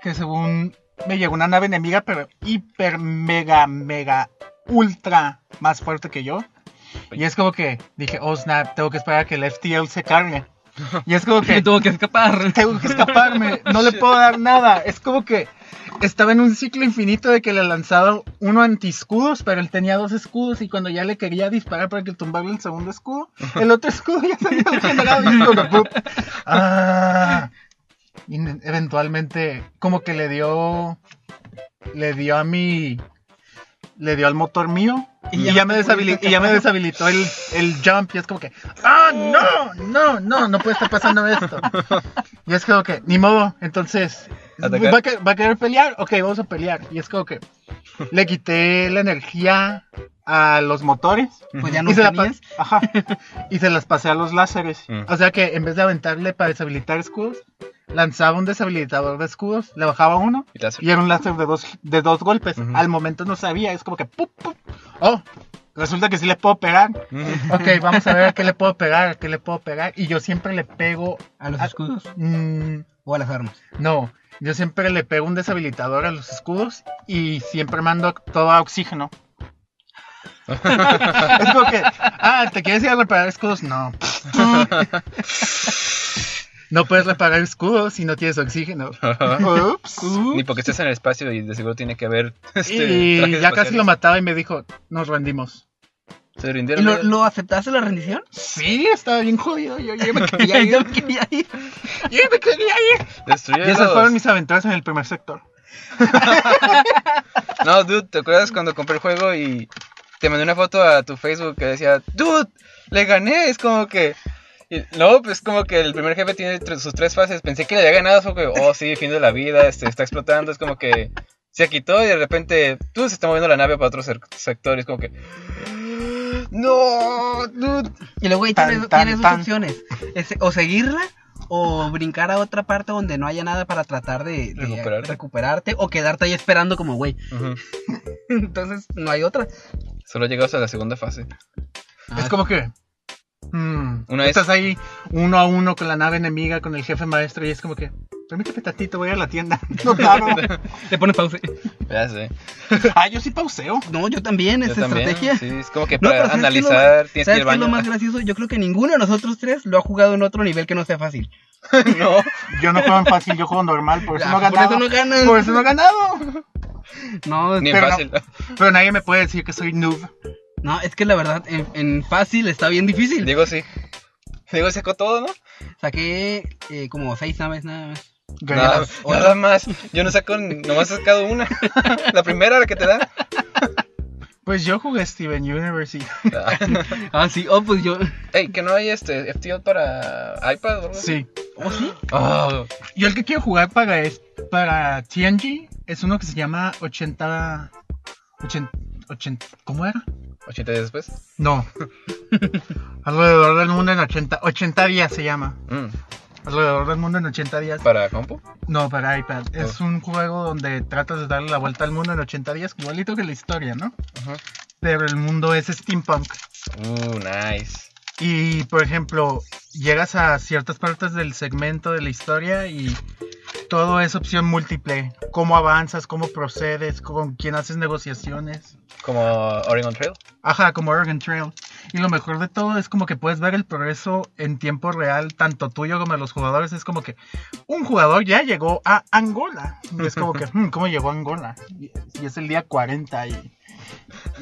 que según me llegó una nave enemiga, pero hiper, mega, mega, ultra más fuerte que yo. Y es como que dije, oh snap, tengo que esperar a que el FTL se cargue. Y es como
*laughs* *laughs* Me
que
tuvo que
*laughs*
escapar.
tengo que escaparme, no le puedo dar nada. Es como que estaba en un ciclo infinito de que le lanzaba uno anti-escudos, pero él tenía dos escudos y cuando ya le quería disparar para que tumbarle el segundo escudo, el otro escudo ya se había generado y es como que, ¡pup! Ah. Y ne- eventualmente como que le dio le dio a mi le dio al motor mío y, ya, me deshabilitó, y ya me deshabilitó el, el jump y es como que ah no no no no puede estar pasando esto y es como que ni modo entonces
Atacar.
va a, que- va a querer pelear ok vamos a pelear y es *laughs* como que le quité la energía a los motores
Pues ya no
y se, la
tenías.
pa- *laughs* Ajá. y se las pasé a los láseres.
Mm.
O sea que en vez de aventarle para deshabilitar escudos, lanzaba un deshabilitador de escudos, le bajaba uno
Y las-
y era un láser de dos, de dos golpes.
Ujú.
Al momento no sabía, es como que ¡pup, pup! ¡Oh! Resulta que sí le puedo pegar.
Mm.
Ok, vamos a ver a qué le puedo pegar, a qué le puedo pegar. Y yo siempre le pego.
A los
Ah.
escudos
mm,
o a las armas.
no, yo siempre le pego un deshabilitador a los escudos y siempre mando todo a
*laughs*
oxígeno. es como que, ah, ¿te quieres ir a reparar escudos? No. no puedes reparar escudos si no tienes
*laughs*
oxígeno. Ups.
Ni porque estés en el espacio y de seguro tiene que haber. *laughs* Este,
Y
trajes
ya casi lo
espaciales.
mataba y me dijo, nos rendimos.
Se
¿Y
rindieron.
lo, lo aceptaste la rendición?
Sí, estaba bien jodido. Yo,
*laughs*
yo me
Y *laughs*
quería
ahí
ir.
yo quería ir.
Yo me quería ir.
Destruyeron
Y esas
los-
fueron mis aventuras en el primer sector.
No, dude, ¿te acuerdas cuando compré el juego y te mandé una foto a tu Facebook que decía, dude, le gané? Es como que. y- No, pues como que el primer jefe tiene tre- sus tres fases. Pensé que le había ganado, fue como que, oh sí, fin de la vida, este, está explotando. Es como que se quitó y de repente, tú se está moviendo la nave para otros cer- sectores. Como que, no, dude.
Y luego ahí
Tan,
tienes,
tan,
tienes
tan.
dos opciones. Es, o seguirla o brincar a otra parte donde no haya nada para tratar de, de
Recuperarte.
recuperarte, o quedarte ahí esperando como güey. *laughs*
Ujú.
Entonces no hay otra.
Solo llegamos a la segunda fase.
Ah,
Ah,
Es como que. mm,
Una vez-
Estás ahí uno a uno con la nave enemiga, con el jefe maestro, y es como que. Permíteme tantito, voy a la tienda. *laughs* No tardo.
Te pones pausa.
Ya sé.
ah, yo sí pauseo.
No, yo también,
Yo
es
también,
estrategia.
Sí, es como que
No, pero
para
¿sabes qué es lo
analizar,
más-
tienes que
¿Sabes
ir
qué
al
es lo
baño.
más gracioso? Yo creo que ninguno de nosotros tres lo ha jugado en otro nivel que no sea fácil.
no.
Yo no juego en fácil, yo juego normal, por eso no he
Ah,
ganado.
Por eso no ganas.
Por eso no he ganado.
No,
Ni en
Pero no.
fácil. *laughs*
Pero nadie me puede decir que soy noob.
no, es que la verdad, en, en fácil está bien difícil.
Diego sí. Diego sacó todo, ¿no?
Saqué eh, como seis naves nada más.
Nada,
Ganas. *laughs*
otras.
nada más. Yo no saco, nomás he sacado una. la primera, la que te da.
Pues yo jugué Steven Universe y... *laughs*
Ah, sí. Oh, pues yo.
*laughs* Ey, que no hay este FTL para iPad o algo así?
Sí.
¿Oh, sí?
Oh,
Yo el que quiero jugar para, es, para TNG es uno que se llama 80... 80... 80 ¿Cómo era?
80 días después.
No. *laughs* Alrededor del mundo en 80... 80 días se llama.
Mm,
Alrededor del mundo en 80 días.
¿Para compu?
No, para iPad. Es un juego donde tratas de darle la vuelta al mundo en 80 días, igualito que la historia, ¿no?
Ajá.
Pero el mundo es steampunk.
Uh, nice.
Y, por ejemplo, llegas a ciertas partes del segmento de la historia y todo es opción múltiple. Cómo avanzas, cómo procedes, con quién haces negociaciones.
Como Oregon Trail.
Ajá, como Oregon Trail. Y lo mejor de todo es como que puedes ver el progreso en tiempo real, tanto tuyo como de los jugadores. Es como que un jugador ya llegó a Angola. Y es
*laughs*
como que, "Hmm, ¿cómo llegó a Angola? Y, y es el día 40 y...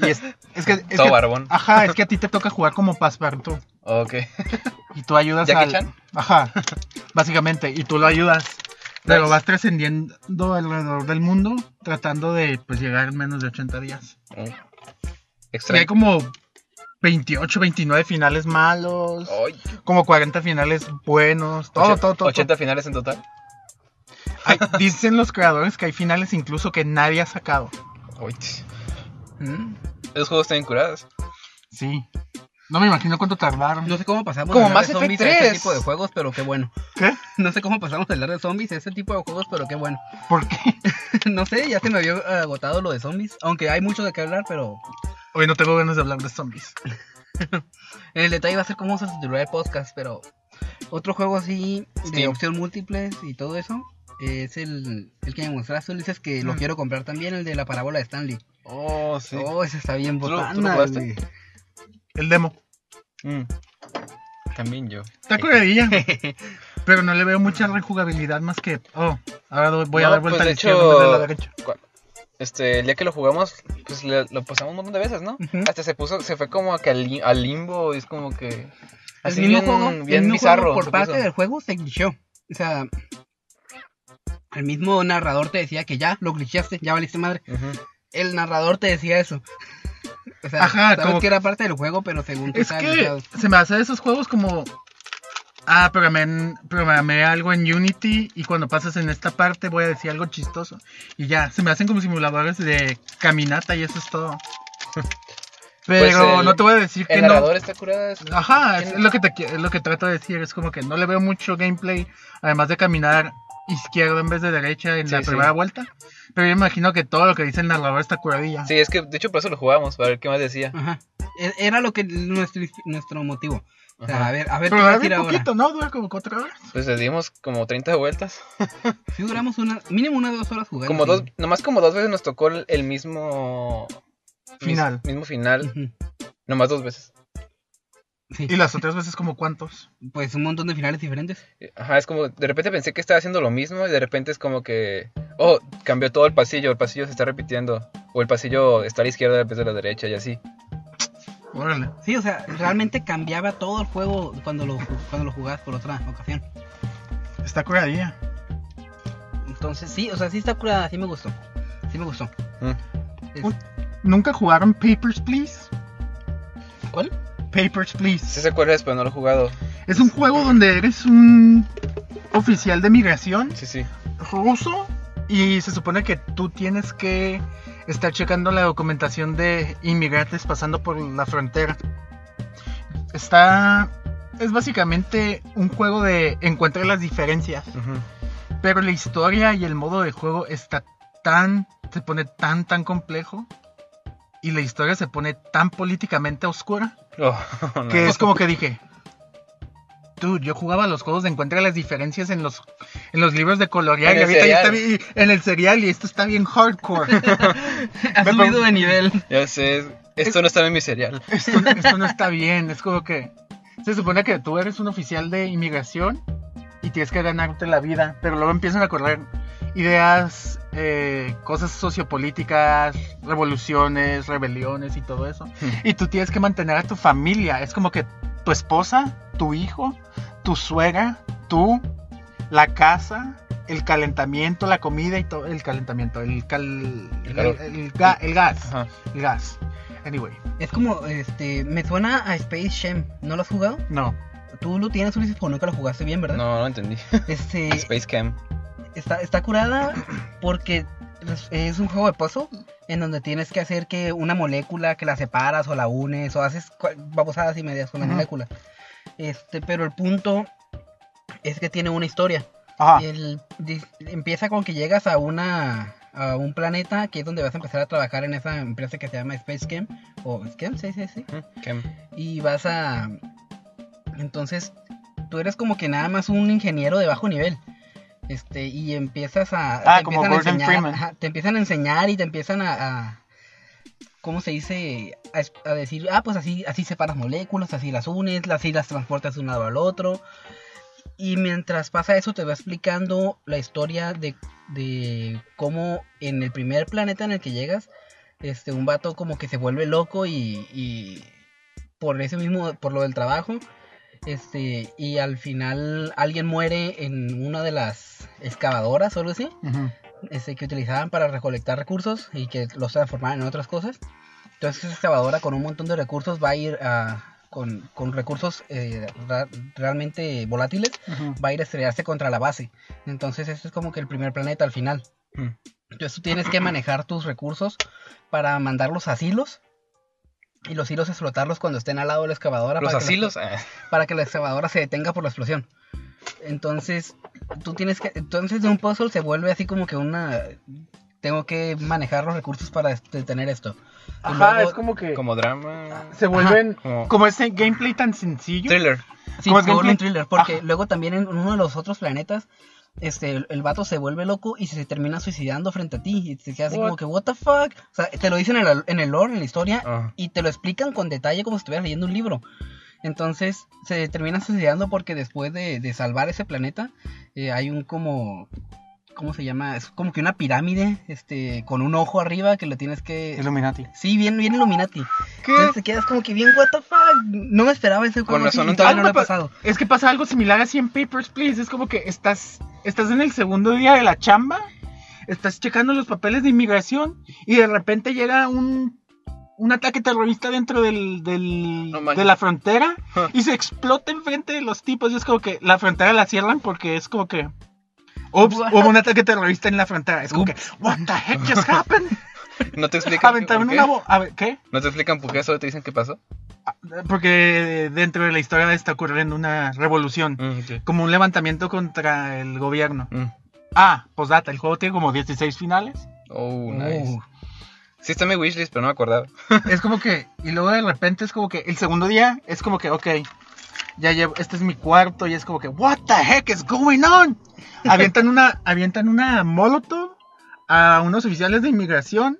y es, es que... es
Todo
que- ah,
barbón.
Ajá, es que a ti te toca jugar como passepartout.
Ok.
Y tú ayudas
¿Jackie
al-
Chan?
Ajá, básicamente, y tú lo ayudas. Pero
Nice.
vas trascendiendo alrededor del mundo tratando de pues llegar en menos de 80 días. Y
Mm.
hay
Extraño.
como 28, 29 finales malos,
Ay,
como 40 finales buenos, todo,
ochen-
todo, todo.
80 finales en total.
todo. Hay- dicen los creadores que hay finales incluso que nadie ha sacado.
Uy, ch-
Mm.
esos juegos están bien curados.
Sí. No me imagino cuánto tardaron.
No sé cómo pasamos
Como
de hablar
Mass
de zombies a
Effect
este
3.
tipo de juegos, pero qué bueno.
¿Qué?
No sé cómo pasamos de hablar de zombies a este tipo de juegos, pero qué bueno. *laughs*
¿Por qué? *laughs*
no sé, ya se me había agotado lo de zombies. Aunque hay mucho de qué hablar, pero
Hoy no tengo ganas de hablar de zombies.
el detalle va a ser cómo se titular el podcast. Pero otro juego así de
Steam.
opción múltiples y todo eso es el, el que me mostraste, Ulises, que lo
Mm.
quiero comprar también, el de la parábola de Stanley.
Oh, sí.
Oh, ese está bien
¿Tú lo- tú
botana.
lo jugaste?
güey.
El demo.
Mm. También yo.
Está curadilla.
*laughs*
Pero no le veo mucha rejugabilidad más que. Oh, ahora do- voy a
No,
dar vuelta a
pues, de
la izquierda en vez de la
hecho-
derecha.
Este, el día que lo jugamos, pues le- lo pasamos un montón de veces, ¿no?
Ujú.
Hasta se puso, se fue como que al, li- al limbo, y es como que.
El
Así
mismo
bien,
juego, el
bien
mismo
bizarro.
juego por
se
parte
puso.
del juego se glitchó. O sea, el mismo narrador te decía que ya lo glitchaste, ya valiste madre.
Ujú.
El narrador te decía eso. O sea,
Ajá,
sabes
como-
que era parte del juego, pero según tú
Es
estaba glitchado.
que se me hace de esos juegos como. Ah, programé, en- programé algo en Unity y cuando pasas en esta parte voy a decir algo chistoso. Y ya, se me hacen como simuladores de caminata y eso es
*laughs*
todo. Pero
Pues el-
no te voy a decir que
El
no. Ah.
narrador está curado. es-
Ajá, es
¿Quién-
lo, que te, qui- es lo que trato de decir. Es como que no le veo mucho gameplay, además de caminar izquierda en vez de derecha en
Sí,
la
sí.
primera vuelta. Pero yo imagino que todo lo que dice el narrador está curadilla.
Sí, es que de hecho por eso lo jugamos, para ver qué más decía.
Ajá. E- Era lo que nuestro, nuestro motivo. O sea,
Ajá.
a ver, a ver
Pero
qué va a
dura
decir
bien
ahora.
poquito, ¿no? Dura como cuatro horas.
Pues le dimos como 30 vueltas.
Si duramos una, mínimo unas dos horas jugando.
Como
sí.
dos, nomás como dos veces nos tocó el, el mismo.
Final.
mis- mismo final,
Ujú.
nomás dos veces.
Sí,
Y las otras veces como cuántos.
pues un montón de finales diferentes.
Ajá, es como, de repente pensé que estaba haciendo lo mismo y de repente es como que, oh, cambió todo el pasillo, el pasillo se está repitiendo, o el pasillo está a la izquierda en vez de la derecha y así.
Órale.
Sí, o sea, realmente cambiaba todo el juego cuando lo, ju- cuando lo jugabas por otra ocasión.
Está curadilla.
Entonces, sí, o sea, sí está curada, sí me gustó. Sí me *laughs* gustó.
Mm.
Es-
Un- ¿Nunca jugaron Papers, Please?
¿Cuál?
Papers, Please.
Sí se acuerda, pero no lo he jugado.
Es un juego donde eres un oficial de migración
Sí, sí.
ruso y se supone que tú tienes que estar checando la documentación de inmigrantes pasando por la frontera. Está... Es básicamente un juego de encuentra las diferencias.
Ujú.
Pero la historia y el modo de juego está tan. se pone tan, tan complejo. Y la historia se pone tan políticamente oscura.
Oh, *laughs* no.
Que es como que dije. Tú, yo jugaba los juegos de encuentra las diferencias en los, en los libros de colorear.
En
y
el
ahorita ya está
cereal.
bien- en el serial y esto está bien *laughs* hardcore.
Ha
Me
subido
pregun-
de nivel.
Ya sé, esto no estaba en mi serial.
esto, esto no está bien. Es como que. Se supone que tú eres un oficial de inmigración y tienes que ganarte la vida, pero luego empiezan a correr ideas, eh, cosas sociopolíticas, revoluciones, rebeliones y todo eso.
Hmm.
Y tú tienes que mantener a tu familia. Es como que tu esposa, tu hijo, tu suegra, tú, la casa, el calentamiento, la comida y todo. El calentamiento, el, cal-
El calor.
el- el ga- el gas
Ajá.
el gas. Anyway,
Es como, este, me suena a Space Sham. ¿No lo has jugado?
no.
Tú lo tienes, Ulises, porque nunca lo jugaste bien, ¿verdad?
No, no entendí.
Este,
Space Cam.
está, está curada porque es- es un juego de puzzle en donde tienes que hacer que una molécula que la separas o la unes o haces cua- babosadas y medias con la
Ajá.
molécula. Este, pero el punto es que tiene una historia.
Ajá.
El- di- empieza con que llegas a una a un planeta que es donde vas a empezar a trabajar en esa empresa que se llama Space Chem o Chem, sí, sí, sí.
Ujú, Cam.
Y vas a. Entonces, tú eres como que nada más un ingeniero de bajo nivel. Este, y empiezas a.
Ah, como
empiezan a
Gordon
enseñar,
Freeman.
ajá, te empiezan a enseñar y te empiezan a. a- ¿Cómo se dice? A, es- a decir, ah, pues así, así separas moléculas, así las unes, así las transportas de un lado al otro. Y mientras pasa eso, te va explicando la historia de, de cómo en el primer planeta en el que llegas, este, un vato como que se vuelve loco y, y por ese mismo, por lo del trabajo, este, y al final alguien muere en una de las excavadoras o algo así,
Ujú.
este, que utilizaban para recolectar recursos y que los transformaban en otras cosas. Entonces esa excavadora con un montón de recursos va a ir a- con, con recursos eh, ra- realmente volátiles,
Ujú.
va a ir a estrellarse contra la base. Entonces este es como que el primer planeta al final.
Mm.
Entonces tú tienes que manejar tus recursos para mandarlos a silos. Y los hilos explotarlos cuando estén al lado de la excavadora.
Los
para que la-
asilos. ah,
para que la excavadora se detenga por la explosión. Entonces, tú tienes que. Entonces, de un puzzle se vuelve así como que una. Tengo que manejar los recursos para este- detener esto. Y
Ajá,
luego-
es como que
Como drama.
se vuelven
Como
como ese gameplay tan sencillo.
thriller.
Sí,
¿Cómo es
se vuelve
gameplay?
un thriller.
Ah.
Porque
Ajá.
luego también en uno de los otros planetas. Este, el, el vato se vuelve loco y se termina suicidando frente a ti. Y te quedas así
What?
como que, ¿What the fuck? O sea, te lo dicen en, el- en el lore, en la historia,
Ah,
y te lo explican con detalle como si estuvieras leyendo un libro. Entonces se termina suicidando porque después de, de salvar ese planeta eh, hay un como... ¿Cómo se llama? Es como que una pirámide este, con un ojo arriba que lo tienes que...
Illuminati.
Sí, bien, bien Illuminati.
¿Qué?
Entonces te quedas como que bien, what the fuck. No me esperaba ese juego.
Con
así,
razón,
y
un
todavía no
Ah,
lo he
pa-
pasado.
Es que pasa algo similar así en Papers, Please. Es como que estás, estás en el segundo día de la chamba, estás checando los papeles de inmigración y de repente llega un, un ataque terrorista dentro del, del-
No manches.
de la frontera
Huh.
y se explota enfrente de los tipos. Y es como que la frontera la cierran porque es como que... Ups,
What?
hubo un ataque terrorista en la frontera. Es como que, what the heck just happened?
No te explican.
Aventaron
por qué.
una bo- a ver, ¿Qué?
No te explican por qué, solo te dicen qué pasó.
Porque dentro de la historia está ocurriendo una revolución.
Mm, ok.
Como un levantamiento contra el gobierno.
Mm.
Ah, postdata, el juego tiene como 16 finales.
Oh, nice.
Uh,
Sí está en mi wishlist, pero no me acordaba.
es como que, y luego de repente es como que el segundo día es como que, ok, ya llevo, este es mi cuarto y es como que, what the heck is going on? Avientan una, avientan una molotov a unos oficiales de inmigración,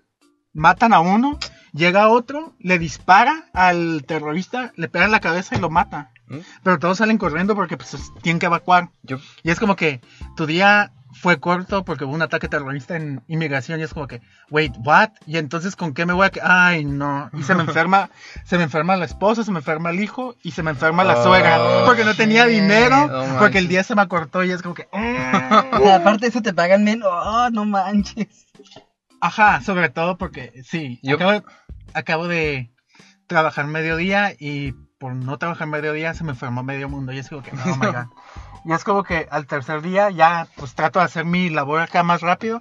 matan a uno, llega otro, le dispara al terrorista, le pega en la cabeza y lo mata.
¿Mm?
Pero todos salen corriendo porque pues tienen que evacuar.
Yo,
Y es como que tu día fue corto porque hubo un ataque terrorista en inmigración y es como que, wait, what? Y entonces con qué me voy a... que- Ay, no. Y se me
*laughs*
enferma, se me enferma la esposa, se me enferma el hijo y se me enferma la
Oh,
suegra porque no tenía
shit.
dinero,
No
porque el
manches.
día se me acortó y es como que, "Ah".
o
*laughs*
sea, aparte de eso te pagan menos. Oh, no manches.
ajá, sobre todo porque sí,
Yo-
acabo, de- acabo de trabajar mediodía y por no trabajar mediodía se me enfermó medio mundo y es como que, oh my god. *laughs* Y es como que al tercer día ya pues trato de hacer mi labor acá más rápido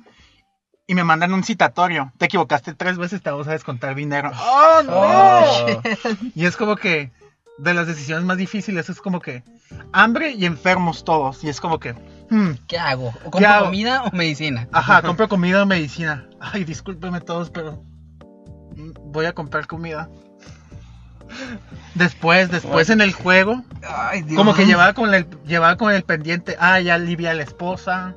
y me mandan un citatorio. Te equivocaste tres veces, te vamos a descontar dinero. ¡Oh,
Oh.
*laughs* Y es como que de las decisiones más difíciles es como que hambre y enfermos todos. Y es como que, hmm,
¿Qué hago? ¿O compro
hago?
comida o medicina?
ajá, compro comida o medicina. Ay, discúlpeme todos, pero mm, voy a comprar comida. Después, después en el juego,
Ay, Dios.
Como que llevaba con, el, llevaba con el pendiente, ah, ya alivia a la esposa,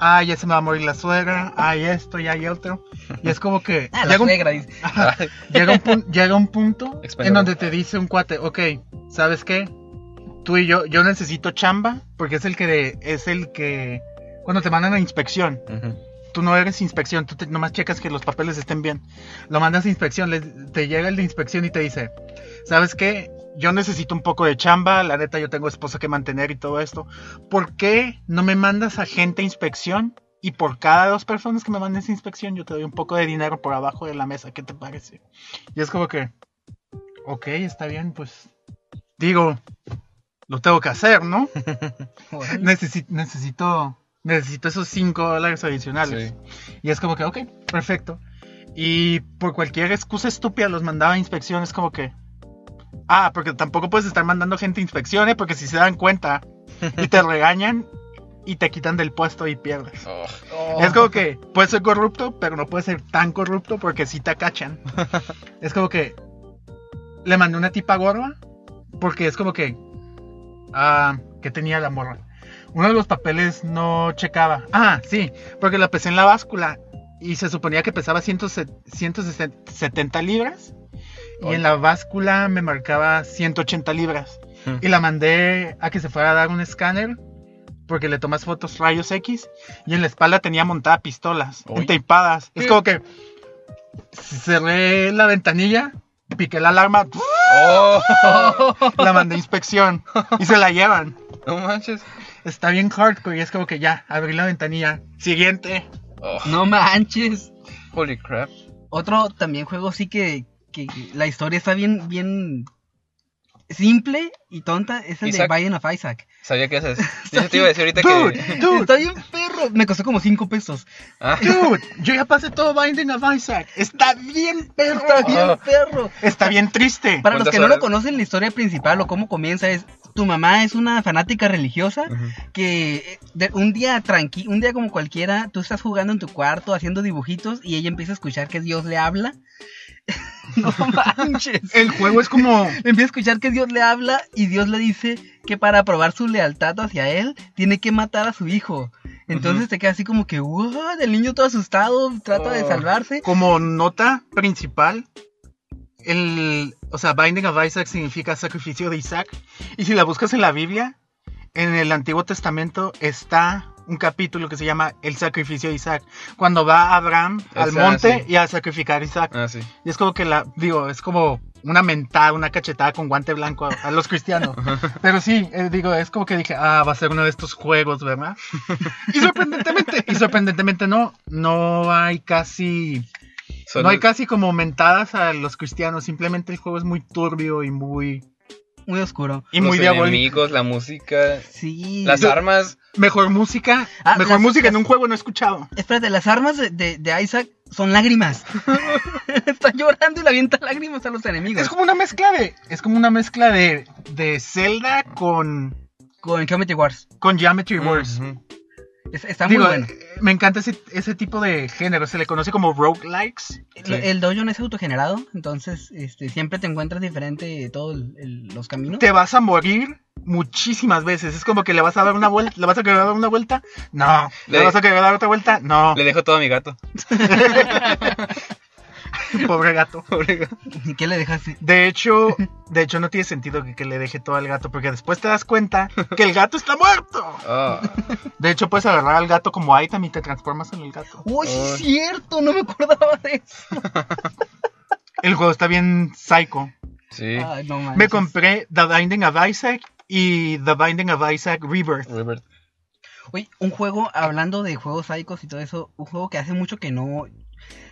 ah, ya se me va a morir la suegra, ay esto, ya hay otro. Y es como que
*laughs* Ah, la
llega, un,
suegra
*laughs*
dice.
Ay,
llega, un pun- llega un punto en
Expandable.
donde te dice un cuate, ok, ¿sabes qué? Tú y yo, yo necesito chamba, porque es el que, de- es el que, cuando te mandan a inspección,
ujú.
tú no eres inspección, tú te- nomás checas que los papeles estén bien. Lo mandas a inspección, le- te llega el de inspección y te dice, ¿sabes qué? Yo necesito un poco de chamba, la neta yo tengo esposa que mantener y todo esto. ¿Por qué no me mandas a gente a inspección Y por cada dos personas que me manden esa inspección, yo te doy un poco de dinero por abajo de la mesa. ¿Qué te parece? Y es como que, ok, está bien, pues. Digo, lo tengo que hacer, ¿no?
Órale.
*laughs* Necesi- necesito, necesito esos 5 dólares adicionales. Y es como que, ok, perfecto. Y por cualquier excusa estúpida los mandaba a inspección. Es como que, ah, porque tampoco puedes estar mandando gente a inspecciones porque si se dan cuenta y te regañan y te quitan del puesto y pierdes.
Oh,
Oh.
*laughs* Es como que puedes ser corrupto, pero no puedes ser tan corrupto porque si te cachan. es como que le mandé una tipa gorda porque es como que ah, que tenía la morra. Uno de los papeles no checaba. Ah, sí, porque la pesé en la báscula y se suponía que pesaba 170 libras y
Oy.
en la báscula me marcaba 180 libras.
Hmm.
Y la mandé a que se fuera a dar un escáner porque le tomas fotos rayos X y en la espalda tenía montada pistolas
Uy.
enteipadas. Es
Sí.
como que cerré la ventanilla, piqué la alarma,
oh, *laughs*
la mandé a inspección y se la llevan.
no manches.
Está bien hardcore y es como que ya, abrí la ventanilla. Siguiente.
Oh,
No manches.
holy crap.
Otro también juego sí que, que la historia está bien, bien simple y tonta. Es el
Isaac.
de Biden of Isaac.
Sabía que haces. Yo te iba a decir ahorita
Dude,
*laughs*
que.
dude,
Está bien perro. Me costó como 5 pesos.
Ah,
dude, yo ya pasé todo Binding of Isaac. Está bien, pero
Está bien
Ah.
perro.
Está bien triste.
Para los
¿Cuántas
que no lo
horas?
conocen, la historia principal o cómo comienza es tu mamá es una fanática religiosa
ujú.
que de- un día tranqui, un día como cualquiera, tú estás jugando en tu cuarto haciendo dibujitos y ella empieza a escuchar que Dios le habla. *laughs* no manches.
El juego es como
Empieza a escuchar que Dios le habla y Dios le dice que para probar su lealtad hacia él tiene que matar a su hijo. Entonces te queda así como que, "What?", el niño todo asustado, trata de
Oh.
salvarse.
como nota principal, el, o sea, Binding of Isaac significa sacrificio de Isaac. Y si la buscas en la Biblia, en el Antiguo Testamento está un capítulo que se llama El sacrificio de Isaac, cuando va Abraham al
Esa,
monte
sí.
y a sacrificar a Isaac.
Ah, sí.
Y es como que la, digo, es como una mentada, una cachetada con guante blanco a, a los
*laughs*
cristianos. Pero sí, eh, digo, es como que dije, ah, va a ser uno de estos juegos,
*laughs*
¿verdad? y sorprendentemente, y sorprendentemente no, no hay casi
Solo-
no hay casi como mentadas a los cristianos, simplemente el juego es muy turbio y muy
Muy oscuro.
y
los
muy diabólico.
enemigos, la música,
Sí.
las armas.
Mejor música,
Ah,
mejor
las-
música en
las-
un juego no he escuchado.
Espérate, las armas de, de- de Isaac
*laughs*
son lágrimas. *laughs* Está llorando y le avienta lágrimas a los enemigos.
Es como una mezcla de es como una mezcla de de Zelda con
Con Geometry Wars.
con Geometry Wars.
Ujú.
Es- está
Digo,
muy bueno.
eh, me encanta ese, ese tipo de género, se le conoce como roguelikes.
El, el dojo no es autogenerado, entonces este, siempre te encuentras diferente todos los caminos.
Te vas a morir muchísimas veces, es como que le vas a dar una vuelta, le vas a querer dar una vuelta, no, le,
Le-
vas a querer dar otra vuelta, no,
Le dejo todo a mi gato.
pobre gato.
Pobre gato.
¿Y qué le dejaste?
De hecho, de hecho no tiene sentido que, que le deje todo al gato, porque después te das cuenta que el gato está muerto.
Ah,
De hecho, puedes agarrar al gato como item y te transformas en el gato.
¡Uy, sí es
Ay.
cierto! No me acordaba de eso.
El juego está bien psycho.
sí.
Ay, no manches.
Me compré The Binding of Isaac y The Binding of Isaac Rebirth.
Robert.
Oye, un juego, hablando de juegos psicos y todo eso, un juego que hace mucho que no.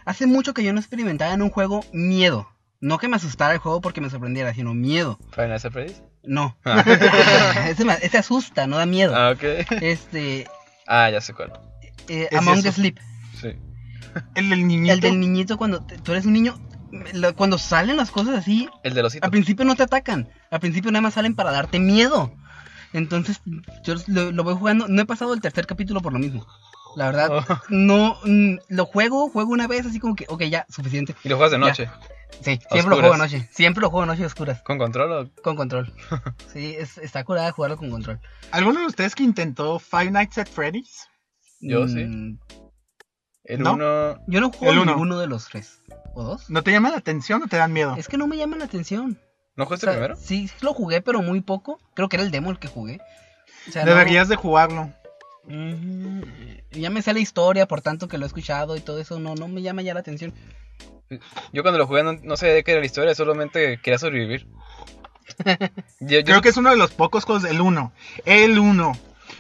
Hace mucho que yo no experimentaba en un juego miedo. No que me asustara el juego porque me sorprendiera, sino miedo.
Final Surprise.
No.
Ah.
*laughs* ese, me- ese asusta, no da miedo.
Ah, ok.
Este.
Ah, ya sé cuál.
eh,
Es
Among
eso.
the Sleep.
Sí.
El del niñito.
El del niñito cuando te- tú eres un niño. la- Cuando salen las cosas así,
El de losito.
Al principio no te atacan, al principio nada más salen para darte miedo. Entonces, yo lo, lo voy jugando, no he pasado el tercer capítulo por lo mismo. La verdad,
Oh.
no mm, lo juego, juego una vez así como que, ok, ya, suficiente.
*laughs* Y lo juegas de
Ya.
noche.
Sí,
A
siempre lo
oscuras.
juego de noche, siempre lo juego de noche a oscuras,
¿Con control o.?
con
*laughs*
control. Sí, es- está curada jugarlo con control.
¿Alguno de ustedes que intentó Five Nights at Freddy's?
Yo sí.
Mm,
El
¿No?
uno.
Yo no juego
El uno.
ninguno de los tres, o dos.
¿No te llama la atención o te dan miedo?
Es que no me llama la atención.
¿No
O
jugaste
sea,
este primero?
Sí, lo jugué, pero muy poco. Creo que era el demo el que jugué. O sea, no-
Deberías de jugarlo.
Mm, Ya me sé la historia, por tanto que lo he escuchado y todo eso, no, no me llama ya la atención.
Yo cuando lo jugué no, no sabía de qué era la historia, solamente quería sobrevivir. Yo- yo-
Creo que es uno de los pocos juegos, el uno. El uno.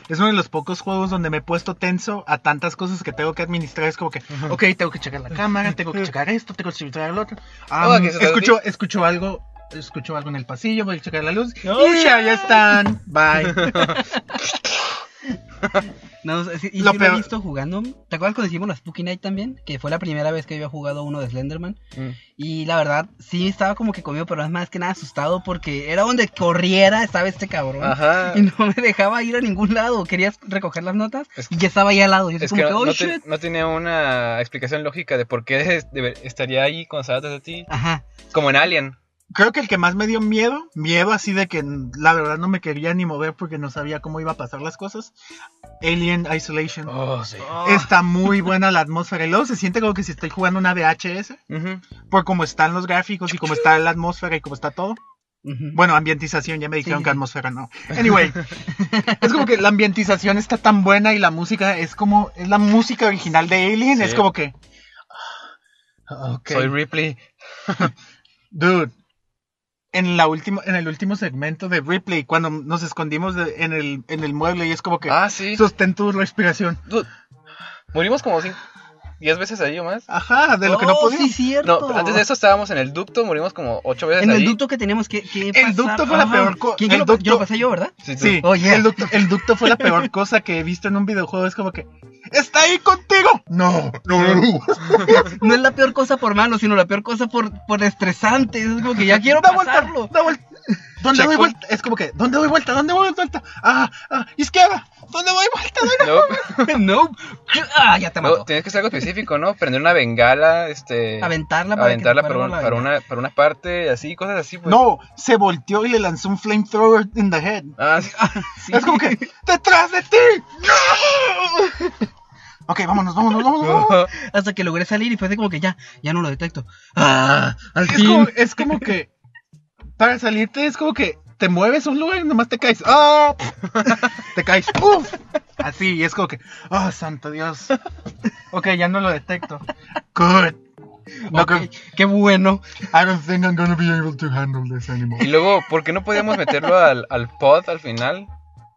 es uno de los pocos juegos donde me he puesto tenso a tantas cosas que tengo que administrar. Es como que,
Ujú.
ok, tengo que checar la cámara, tengo que checar esto, tengo que checar el otro.
Ah,
Am,
que se te
escucho, escucho algo, escucho algo en el pasillo, voy a checar la luz.
Oh,
y ya, ya están.
*laughs*
Bye.
No, sí, y
Lo
sí lo he
peor-
visto jugando. ¿Te acuerdas cuando hicimos la Spooky Night también? Que fue la primera vez que había jugado uno de Slenderman.
Mm.
Y la verdad, sí estaba como que comido, pero es más que nada asustado porque era donde corriera estaba este cabrón.
Ajá.
Y no me dejaba ir a ningún lado. Querías recoger las notas
Es-
y ya estaba ahí al lado. Yo así
Es
como
que
que,
no,
oh
no te-
shit.
no tenía una explicación lógica de por qué *laughs* es- debe- estaría ahí cuando estaba atrás de ti.
Ajá.
Como en Alien.
Creo que el que más me dio miedo, miedo así de que la verdad no me quería ni mover porque no sabía cómo iba a pasar las cosas. Alien Isolation.
Oh, sí.
Oh.
Está muy buena la atmósfera. Y luego se siente como que si estoy jugando una VHS.
Ujú.
Por cómo pues, están los gráficos y cómo está la atmósfera y cómo está todo.
Ujú.
Bueno, ambientización, ya me dijeron
Sí,
que
sí.
atmósfera no. *laughs* Anyway, es como que la ambientización está tan buena y la música es como, es la música original de Alien,
Sí.
es como que... ah, ok.
Soy Ripley.
Dude, en, la última, en el último segmento de Ripley, cuando nos escondimos de- en, el, en el mueble y es como que...
Ah, sí.
Sostén tu respiración.
Dude, Murimos como 10 veces ahí o más.
Ajá, de lo que no
Oh,
podía.
Sí, cierto.
No, pero antes de eso estábamos en el ducto, morimos como 8 veces
En
ahí.
el ducto que teníamos que, que
El ducto fue la
Ajá.
peor co-
¿Quién que
el
lo, yo
ducto-
lo pasé yo, verdad?
Sí,
Sí,
Oh, yeah.
el, ducto, el ducto fue la peor cosa que he visto en un videojuego. Es como que, ¡está ahí contigo! No, no, no, no.
No es la peor cosa por malo, sino la peor cosa por, por estresante. Es como que ya
*laughs*
quiero
da vuelta,
pasarlo.
da vuelta. ¿Dónde doy
Checkpoint.
vuelta? Es como que, ¿dónde doy vuelta? ¿Dónde doy vuelta? Ah, ah, izquierda. ¿Dónde doy vuelta? ¿Dónde?
*laughs*
No,
*laughs* no. Ah, ya te
no,
mató.
tienes que ser algo específico, ¿no? Prender una bengala, este.
Aventarla para
aventarla
que se
para, un-
fuera la
para
ventana.
una, para una parte, así, cosas así. Pues.
*laughs* No, se volteó y le lanzó un flamethrower in the head.
Ah, sí.
Sí.
Es como que, ¡detrás de ti! ¡No! Ok, vámonos, vámonos, vámonos. vámonos.
Hasta que logré salir y fue de como que ya, ya no lo detecto. Ah, al
Es como,
fin.
es como que, para salirte, es como que te mueves a un lugar y nomás te caes. ¡Ah! *laughs* Te caes. ¡Uf! Así, y es como que, ¡oh, santo Dios! Ok, ya no lo detecto. Good. No,
Ok,
creo-
Qué bueno.
I don't think I'm gonna be able to handle this anymore.
*laughs* Y luego, ¿por qué no podíamos meterlo al, al pod al final?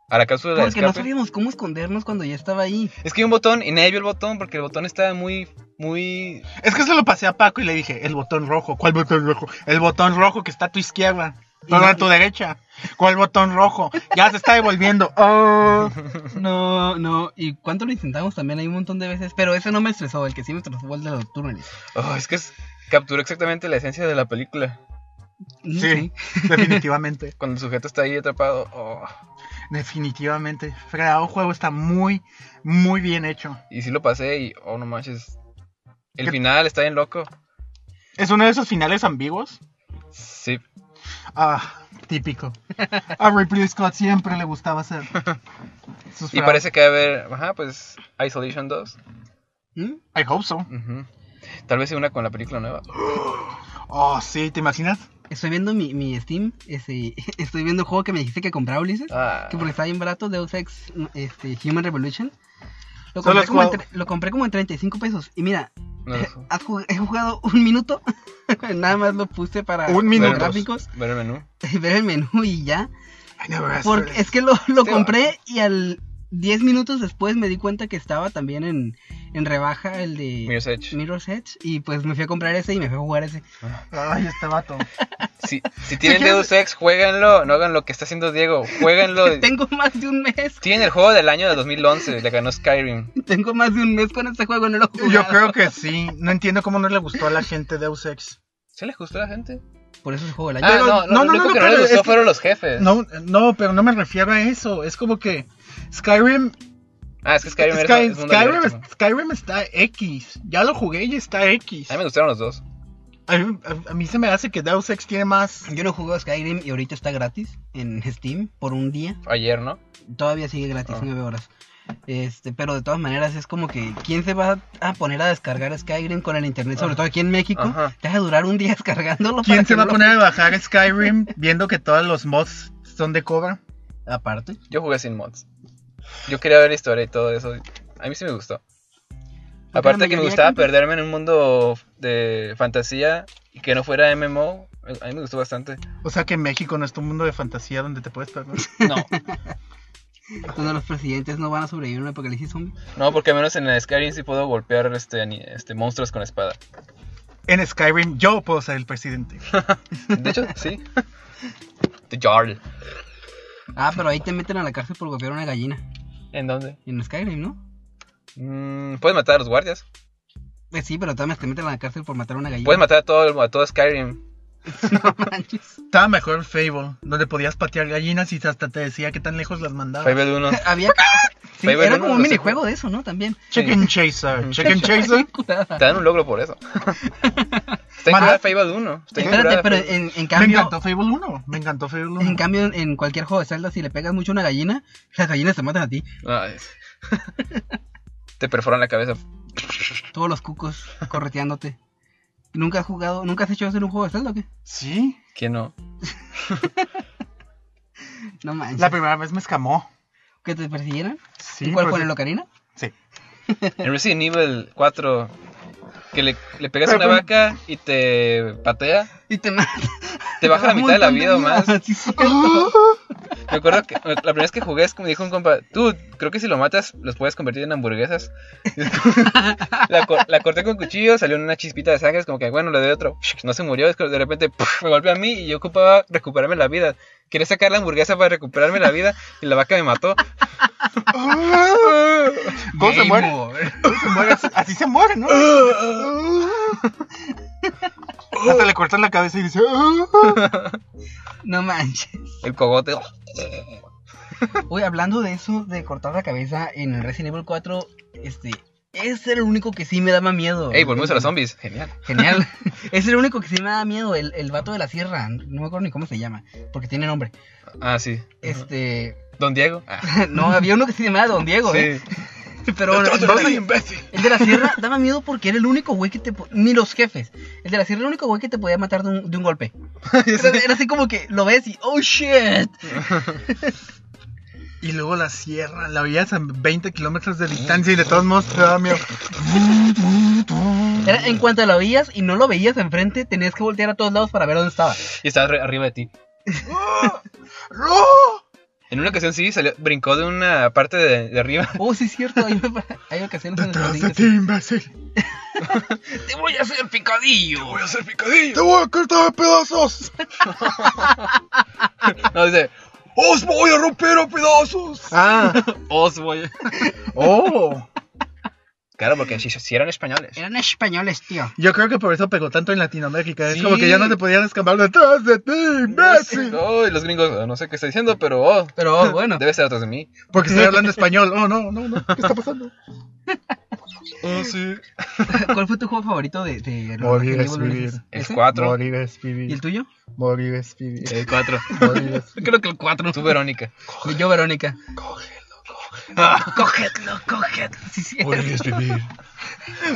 A la cápsula de
Porque no
escape.
sabíamos cómo escondernos cuando ya estaba ahí.
es que hay un botón y nadie vio el botón porque el botón estaba muy, muy.
Es que se lo pasé a Paco y le dije, el botón rojo, ¿cuál botón rojo? El botón rojo que está a tu izquierda, no
Y no-
a tu derecha. ¿Cuál botón rojo? Ya se está devolviendo. *laughs* Oh.
No, no. ¿Y cuánto lo intentamos también? Hay un montón de veces. Pero ese no me estresó. El que sí me estresó fue el de los túneles.
Oh, es que es- capturó exactamente la esencia de la película.
Sí, definitivamente,
Cuando el sujeto está ahí atrapado. oh.
definitivamente. Fregado juego está muy, muy bien hecho.
Y sí lo pasé y, oh, no manches. El
¿Qué-
final está bien loco.
Es uno de esos finales ambiguos.
Sí.
Ah, *laughs* típico. A Ripley Scott siempre le gustaba *laughs* hacer. sus
Y
fregados.
parece que va a haber, ajá, pues Isolation 2.
¿Mm?
I hope so.
Ujú. Tal vez se una con la película nueva.
Oh, sí, ¿te imaginas?
Estoy viendo mi, mi Steam. Ese, *laughs* estoy viendo el juego que me dijiste que compraba Ulises.
Ah,
Que porque está bien barato, Deus Ex este, Human Revolution. Lo
Solo
compré,
has
como en,
jugado-
tre- lo compré como en 35 pesos. Y mira, eh,
*laughs*
no lo sé.
has jug- he jugado un minuto. *laughs* Nada más lo puse para
Un
los
minuto.
gráficos, *laughs*
Ver el menú.
ver el menú y ya.
I never asked
Porque
for this.
es que lo, lo
Este
compré y al 10 minutos después me di cuenta que estaba también en, en rebaja el de
Mirror's Edge.
Mirror's Edge. Y pues me fui a comprar ese y me fui a jugar ese.
Ay, este vato.
Si,
*laughs*
si tienen
quieres-
Deus Ex, jueguenlo. No hagan lo que está haciendo Diego.
*laughs*
Jueguenlo.
Tengo *laughs* más de un mes.
Tienen el juego del año de 2011. Le ganó Skyrim.
*laughs* Tengo más de un mes con este juego, no lo he
*laughs* Yo
jugado.
creo que sí. No entiendo cómo no le gustó a la gente Deus Ex.
¿Se les gustó a la gente?
Por eso es el juego del año.
Ah,
Pero-
no,
no,
no, Lo
no,
único
no,
que no
pero
les
es
gustó
que-
fueron los jefes.
No, no, pero no me refiero a eso. Es como que Skyrim.
Ah, es que Skyrim era
Sky-
es mundo
Skyrim,
abierto.
Skyrim está X. Ya lo jugué y está X.
A mí me gustaron los dos.
A mí, a- a mí se me hace que Deus Ex tiene más.
Yo no jugué a Skyrim y ahorita está gratis en Steam por un día.
Ayer, ¿no?
Todavía sigue gratis,
Ah.
nueve horas. Este, pero de todas maneras es como que quién se va a poner a descargar Skyrim con el internet, sobre
Ajá.
todo aquí en México.
Ajá.
Te va a durar un día *laughs* descargándolo. para
Ah. ¿Quién se
que
va a
no
poner a
lo-
bajar Skyrim *laughs* viendo que todos los mods son de Cobra?
Aparte.
Yo jugué sin mods. Yo quería ver la historia y todo eso. A mí sí me gustó.
la
Aparte que me
mayoría
gustaba
cuentas.
perderme en un mundo de fantasía y que no fuera MMO, a mí me gustó bastante.
O sea que México no es tu mundo de fantasía donde te puedes perder.
No.
Cuando los presidentes no van a sobrevivir a un apocalipsis zombie.
*laughs* No, porque al menos en Skyrim sí puedo golpear este, ani- este monstruos con espada.
*laughs* En Skyrim yo puedo ser el presidente.
De hecho, sí. The *laughs* Jarl.
Ah, pero ahí te meten a la cárcel por golpear una gallina.
¿En dónde?
En Skyrim, ¿no?
Mm, puedes matar a los guardias.
Pues sí, pero también te meten a la cárcel por matar a una gallina.
Puedes matar a todo, el- a todo Skyrim.
no manches.
Estaba mejor Fable, donde podías patear gallinas y hasta te decía qué tan lejos las mandaba.
Fable
*laughs*
1.
*laughs*
Había. Sí,
Fable
era
uno,
como un
lo sé.
minijuego de eso, ¿no? También.
Chicken Chaser. Chicken
*laughs*
Chaser.
Curada.
Te dan un logro por *laughs* eso. Está
Maná.
incurada Fable 1.
Espérate,
Está incurada
pero
Fable-
en, en
Me
cambio.
encantó Fable 1. Me encantó Fable 1.
En cambio, en cualquier juego de Zelda, si le pegas mucho a una gallina, las gallinas te matan a ti.
Ay. Te perforan la cabeza.
Todos los cucos correteándote. ¿Nunca has jugado, nunca has hecho eso en un juego de Zelda o qué?
Sí.
¿Quién no?
No manches.
La primera vez me escamó.
¿Que te persiguieran?
Sí,
¿Y cuál
pues
pero
fue
sí-
el Ocarina?
Sí.
En Resident Evil 4, que le, le pegas a una
Pero-
vaca y te patea,
Y te *laughs* matan.
te baja la
Un
mitad de la
montón
vida o más.
vidas, *laughs* sí, es cierto.
*laughs* Me acuerdo que la primera vez que jugué es como dijo un compa, tú, creo que si lo matas los puedes convertir en hamburguesas. la, cor- la corté con cuchillo, salió una chispita de sangre, es como que bueno, le doy otro, no se murió, es que de repente me golpeó a mí y yo ocupaba recuperarme la vida. Quería sacar la hamburguesa para recuperarme la vida y la vaca me mató.
*gasps* ¿Cómo se
Game
muere?
over.
Se muere así- Así se muere, ¿no? *gasps* *laughs* Hasta le cortan la cabeza y dice.
No manches.
El cogote.
Oye, hablando de eso, de cortar la cabeza en el Resident Evil 4, este, es el único que sí me daba miedo.
Ey, volvemos a los zombies. Genial.
Genial. *laughs* es el único que sí me da miedo, el, el vato de la sierra. No me acuerdo ni cómo se llama, porque tiene nombre.
Ah, sí.
Este. *laughs*
Don Diego. Ah,
no, había uno que se llamaba Don Diego, ¿eh?
sí. *laughs*
Pero bueno, el,
Soy
vato-
imbécil.
el de la sierra daba miedo porque era el único güey que te. po- Ni los jefes. El de la sierra era el único güey que te podía matar de un, de un golpe. Era, era así como que lo ves y. ¡Oh shit!
Y luego la sierra, la oías a 20 kilómetros de distancia y de todos modos te daba miedo.
Era, en cuanto lo veías y no lo veías enfrente, tenías que voltear a todos lados para ver dónde estaba.
Y estaba re- arriba de ti.
¡No!
En una ocasión sí salió, brincó de una parte de, de *laughs* arriba.
Oh, sí, es cierto. Hay, *laughs* hay ocasiones en
Detrás
las que
de ti,
dices,
imbécil.
Te voy a hacer picadillo.
a hacer picadillo.
¡Te voy a cortar a pedazos!
No, dice, os voy a romper a pedazos.
¡Ah!
*laughs* Os voy.
¡Oh!
Claro, porque si, si eran españoles.
Eran españoles, tío.
Yo creo que por eso pegó tanto en Latinoamérica. Es
Sí.
como que ya no te podían escapar detrás de ti,
*laughs*
imbécil.
No, y los gringos, "Oh, no sé qué está diciendo, pero oh,
Pero oh, bueno.
debe ser atrás *laughs* de mí.
Porque estoy hablando español. Oh, no, no, no. ¿Qué está pasando?
Oh, sí.
*laughs* ¿Cuál fue tu juego favorito de, de los
Morir
Resident
es
Evil
vivir.
Origins?
El
¿Ese?
4.
Morir es vivir.
¿Y el tuyo?
Morir es vivir.
El 4.
Morir es
*laughs*
Creo que el 4.
Tú, Verónica.
Yo, Verónica.
Ah,
Cogedlo, cogedlo. Sí, sí.
Morir es vivir.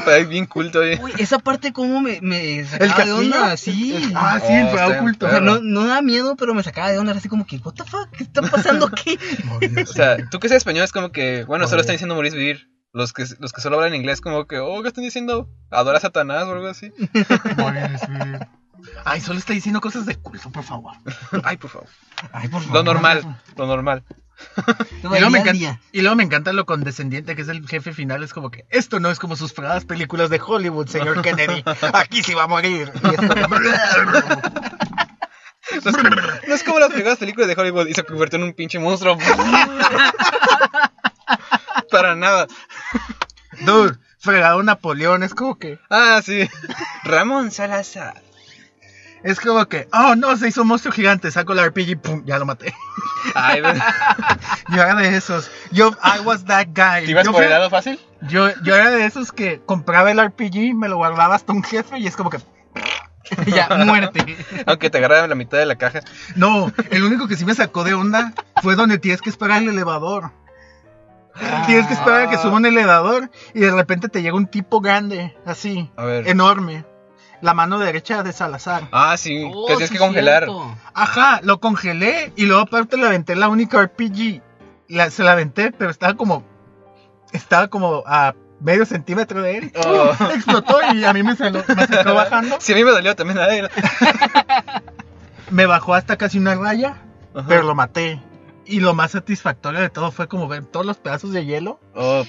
ay, bien culto, eh.
Uy, esa parte como me, me sacaba de onda, sí.
Ah, sí,
Oh,
el
está
fue
bien
oculto.
O sea,
perro.
no, no da miedo, pero me sacaba de onda. Era así como que, ¿What the fuck? ¿Qué está pasando aquí?
Morir
O
es
sea, tú que seas español es como que, bueno, solo
Morir.
están diciendo morir es vivir. Los que, los que solo hablan inglés, como que, oh, ¿qué están diciendo? Adora a Satanás o algo así.
vivir. Morir es vivir. Pues, Ay, solo está diciendo cosas de culto, por favor.
Ay, por favor.
Ay, por favor.
Lo normal, lo normal.
Y luego,
Todo
me
el día a
encanta,
día.
y luego me encanta lo condescendiente que es el jefe final. Es como que esto no es como sus fregadas películas de Hollywood,
*laughs*
señor Kennedy. Aquí sí va a morir. Y es como-
No es, como, *laughs* no es como las primeras películas de Hollywood y se convirtió en un pinche monstruo. *laughs* Para nada.
Dude, fregado Napoleón. Es como que.
Ah, sí. Ramón Salazar.
Es como que. Oh, no, se hizo un monstruo gigante. Saco la RPG y pum, ya lo maté. *laughs*
Ay, ven.
Yo era de esos. Yo, I was that guy.
¿Te ibas
Yo
por
fui-
el lado fácil?
Yo, yo era de esos que compraba el RPG, me lo guardaba hasta un jefe y es como que. *laughs*
ya, muerte.
Aunque te agarraran la mitad de la caja.
No, el único que sí me sacó de onda fue donde tienes que esperar el elevador. *laughs* Tienes que
Ah,
esperar a que suba un elevador y de repente te llega un tipo grande, así,
A ver.
enorme. La mano derecha de Salazar.
Ah, sí.
Oh,
que tienes
sí
que
es
congelar.
cierto.
Ajá, lo congelé y luego aparte le aventé la única RPG. La- se la aventé, pero estaba como. Estaba como a medio centímetro de él.
Oh. *laughs*
Explotó y a mí me, salió, me sacó bajando.
Si a mí me dolió también a él.
Me bajó hasta casi una raya,
Ajá.
pero lo maté. Y lo más satisfactorio de todo fue como ver todos los pedazos de hielo
Oh,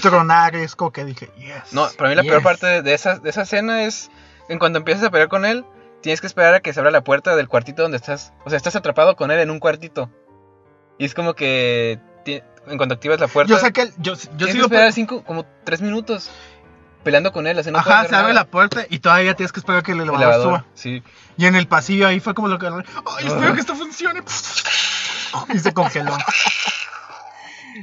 tronar. Es como que dije, yes.
no, para mí la
yes".
peor parte de- de esa, de esa escena es en cuanto empiezas a pelear con él, tienes que esperar a que se abra la puerta del cuartito donde estás. O sea, estás atrapado con él en un cuartito. Y es como que ti- en cuanto activas la puerta,
Yo saqué el- Yo, yo
tienes que
sigo.
esperar cinco, como tres minutos peleando con él. Así no puedes
Ajá,
hacer
se abre
nada.
la puerta y todavía tienes que esperar que el elevador
Elevador,
suba.
Sí.
Y en el pasillo ahí fue como lo que. ¡Ay, espero que esto funcione! Y se congeló.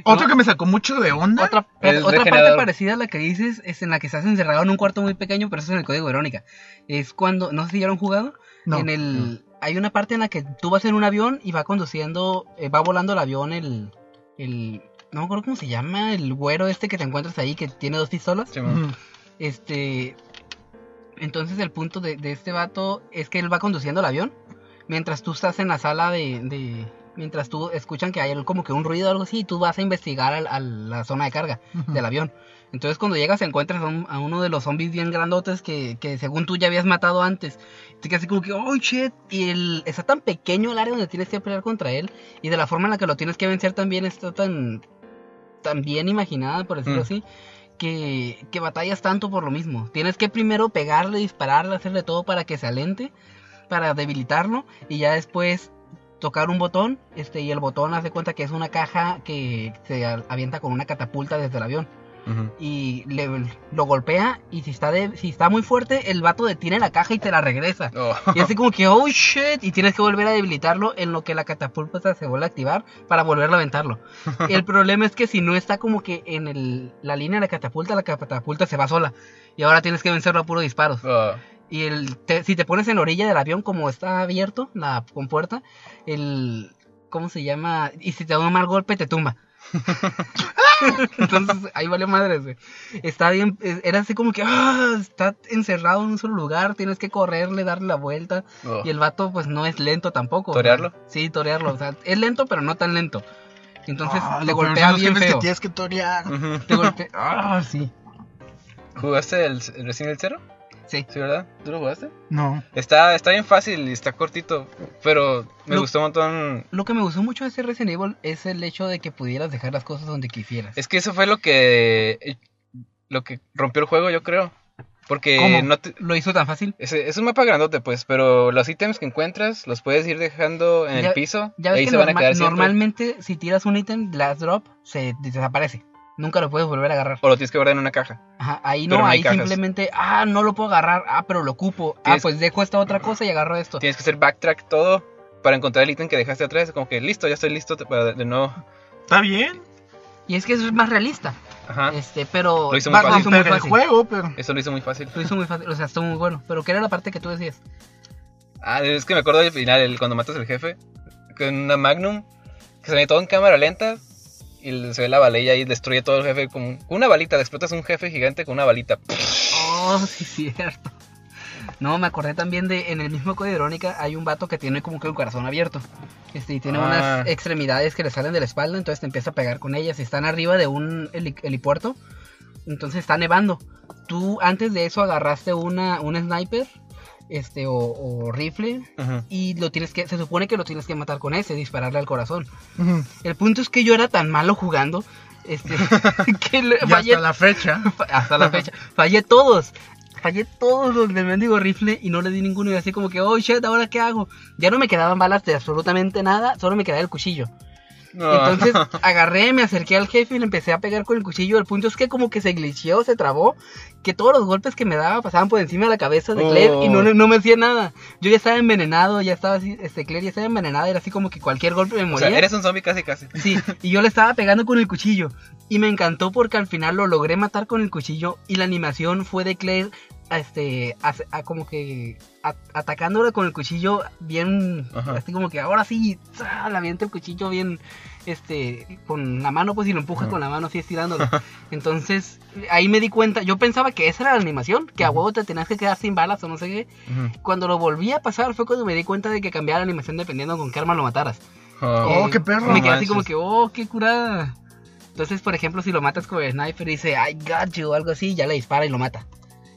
Otro que me sacó mucho de onda.
Otra,
El
otra parte
regenerador.
parecida a la que dices es en la que estás encerrado en un cuarto muy pequeño, pero eso es en el código Verónica. Es cuando, no sé si ya lo han jugado,
No.
en el hay una parte en la que tú vas en un avión y va conduciendo, eh, va volando el avión el, el no me acuerdo cómo se llama, el güero este que te encuentras ahí que tiene dos pistolas.
Simón.
Ujú.
Este. Entonces, el punto de, de este vato es que él va conduciendo el avión. Mientras tú estás en la sala de. de- mientras tú escuchan que hay el- como que un ruido o algo así, y tú vas a investigar al- a la zona de carga
Ujú.
del avión. Entonces, cuando llegas, encuentras a, un- a uno de los zombies bien grandotes que, que según tú ya habías matado antes. Te quedas así como que, oh shit. Y el, está tan pequeño el área donde tienes que pelear contra él. Y de la forma en la que lo tienes que vencer también está tan. tan bien imaginada, por decirlo
Mm.
así que, que batallas tanto por lo mismo. Tienes que primero pegarle, dispararle, hacerle todo para que se alente, para debilitarlo, y ya después tocar un botón, este, y el botón hace cuenta que es una caja que se a- avienta con una catapulta desde el avión.
Ujú.
Y le, lo golpea, y si está, de- si está muy fuerte, el vato detiene la caja y te la regresa.
*laughs*
Oh.
Y así como que, oh shit, y tienes que volver a debilitarlo en lo que la catapulta se vuelve a activar para volver a aventarlo. El problema es que si no está como que en el- la línea de la catapulta, la catapulta se va sola. Y ahora tienes que vencerlo a puro disparos.
*laughs* Oh.
Y el, te- si te pones en la orilla del avión, como está abierto la compuerta, el. ¿Cómo se llama? Y si te da un mal golpe, te tumba. Entonces, ahí valió madres, güey. Está bien, es- era así como que, ah, está encerrado en un solo lugar, tienes que correrle, darle la vuelta.
Oh.
Y el vato, pues no es lento tampoco. o sea,
¿Torearlo?
sí, torearlo. O sea, es lento, pero no tan lento. Entonces,
Ah, lo peor
le
son
golpea
los
bien
jefes
feo.
que tienes que torear.
Ujú.
Te
*laughs*
golpea. Ah, sí.
¿Jugaste el, el Resident Evil 0?
Sí.
Sí, ¿verdad? ¿Tú lo jugaste?
No.
Está, está bien fácil y está cortito, pero me
Lo-
gustó un montón.
Lo que me gustó mucho de ese Resident Evil es el hecho de que pudieras dejar las cosas donde quisieras.
Es que eso fue lo que eh, lo que rompió el juego, yo creo. Porque
¿Cómo?
no te-
Lo hizo tan fácil.
es, es un mapa grandote, pues, pero los ítems que encuentras los puedes ir dejando en
Ya-
el piso
Ya
y ahí
ves
se
que
van a
norma-
quedar siempre.
normalmente si tiras un ítem, last drop, se desaparece. Nunca lo puedes volver a agarrar.
O lo tienes que guardar en una caja.
Ajá, ahí
Pero
no,
no hay
ahí
cajas.
simplemente, ah, no lo puedo agarrar, ah, pero lo ocupo. Ah,
Tienes-
pues dejo esta otra cosa y agarro esto.
Tienes que hacer backtrack todo para encontrar el ítem que dejaste atrás. Como que listo, ya estoy listo te- para de, de nuevo.
Está bien.
Y es que eso es más realista.
Ajá.
Este, pero
Ah. Lo hizo muy
Va a
lo
fácil.
romper
muy
el
fácil.
juego, pero.
Eso lo hizo muy fácil.
Lo hizo muy fácil, o sea, estuvo muy bueno. Pero ¿qué era la parte que tú decías?
Ah, es que me acuerdo del final, el, cuando matas al jefe, con una Magnum, que se ve todo en cámara lenta, y le- se ve la balilla y destruye todo el jefe con, con una balita, le explotas un jefe gigante con una balita.
Oh, *laughs* sí, cierto. No, me acordé también de en el mismo código de Verónica hay un vato que tiene como que un corazón abierto. Este, y tiene
Ah.
unas extremidades que le salen de la espalda, entonces te empieza a pegar con ellas. Están arriba de un heli- helipuerto, entonces está nevando. Tú antes de eso agarraste una, un sniper este, o, o rifle y lo tienes que, se supone que lo tienes que matar con ese, dispararle al corazón.
Ujú.
El punto es que yo era tan malo jugando este, *laughs* que le-
*laughs* Y
fallé
hasta la fecha.
Fa- *laughs* hasta la fecha. Fallé todos. Fallé todos los del mendigo rifle y no le di ninguno. Y así como que, oh shit, ¿ahora qué hago? Ya no me quedaban balas de absolutamente nada, solo me quedaba el cuchillo.
No.
Ah.
Entonces
*laughs*
agarré, me acerqué al jefe y le empecé a pegar con el cuchillo. El punto es que como que se glitcheó, se trabó, que todos los golpes que me daba pasaban por encima de la cabeza de Claire y no,
Oh.
le- no me hacía nada. Yo ya estaba envenenado, ya estaba así, este, Claire ya estaba envenenada, era así como que cualquier golpe me
*laughs* o
moría.
sea, eres un zombie casi casi.
Sí, y yo le estaba pegando con el cuchillo. Y me encantó porque al final lo logré matar con el cuchillo. Y la animación fue de Claire, a este, a- a como que a- atacándola con el cuchillo bien,
Ajá.
así como que ahora sí, ¡za! la avienta el cuchillo bien, este, con la mano, pues y lo empuja
Ajá.
con la mano así estirándolo. Entonces, ahí me di cuenta, yo pensaba que esa era la animación, que a huevo te tenías que quedar sin balas o no sé qué. Cuando lo volví a pasar fue cuando me di cuenta de que cambiaba la animación dependiendo con qué arma lo mataras.
Oh.
Oh, qué perro.
Me quedé así
Manches.
como que, oh, qué curada. Entonces, por ejemplo, si lo matas con el sniper y dice, I got you, o algo así, ya le dispara y lo mata.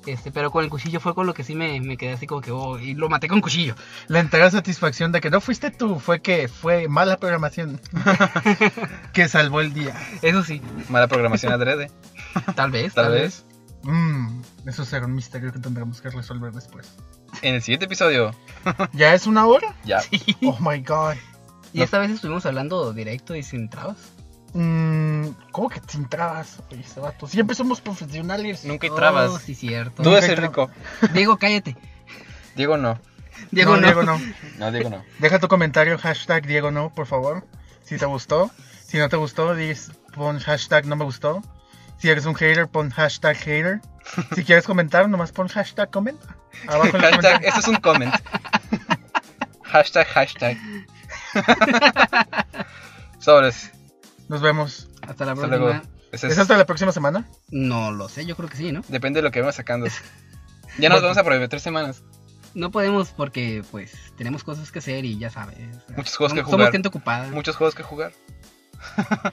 Este, pero con el cuchillo fue con lo que sí me, me quedé así como que, oh, y lo maté con cuchillo.
La entera satisfacción de que no fuiste tú, fue que fue mala programación que salvó el día.
Eso sí,
Mala programación adrede.
tal
*laughs*
vez,
Tal vez.
Mm, eso será un misterio que tendremos que resolver después.
En el siguiente episodio.
¿Ya es una
*laughs*
hora?
Ya.
Oh my god.
Y
No.
esta vez estuvimos hablando directo y sin trabas.
Mm, ¿Cómo que sin trabas? Oye, ese vato. Siempre somos profesionales.
Nunca hay
Oh,
trabas.
sí, cierto.
Tú
nunca
eres
hay
el rico.
Diego, cállate.
Diego no.
Diego, no.
Diego, no.
No, Diego no.
Deja tu comentario, hashtag Diego no, por favor. Si te gustó. Si no te gustó, dis- pon hashtag no me gustó. Si eres un hater, pon hashtag hater. Si quieres comentar, nomás pon hashtag comenta.
*laughs*
Abajo en los
Hashtag,
comentarios.
esto es un comment. Hashtag, hashtag. Sobres.
Nos vemos.
Hasta la
Hasta
próxima.
luego. Ese es-
¿Es hasta la próxima semana?
No lo sé, yo creo que sí, ¿no?
Depende de lo que vamos sacando. Ya nos
Bueno.
vamos a prohibir tres semanas.
No podemos porque, pues, tenemos cosas que hacer y ya sabes.
Muchos juegos que
Somos-
jugar.
Somos gente ocupada.
Muchos juegos que jugar.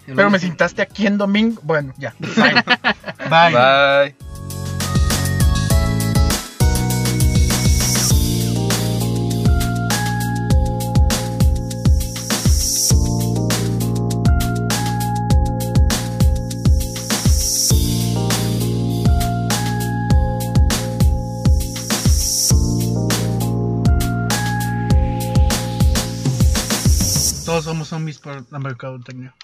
Pero me sentaste aquí en domingo. Bueno, ya. Bye. Bye.
Bye.
Todos somos zombies por la mercadotecnia.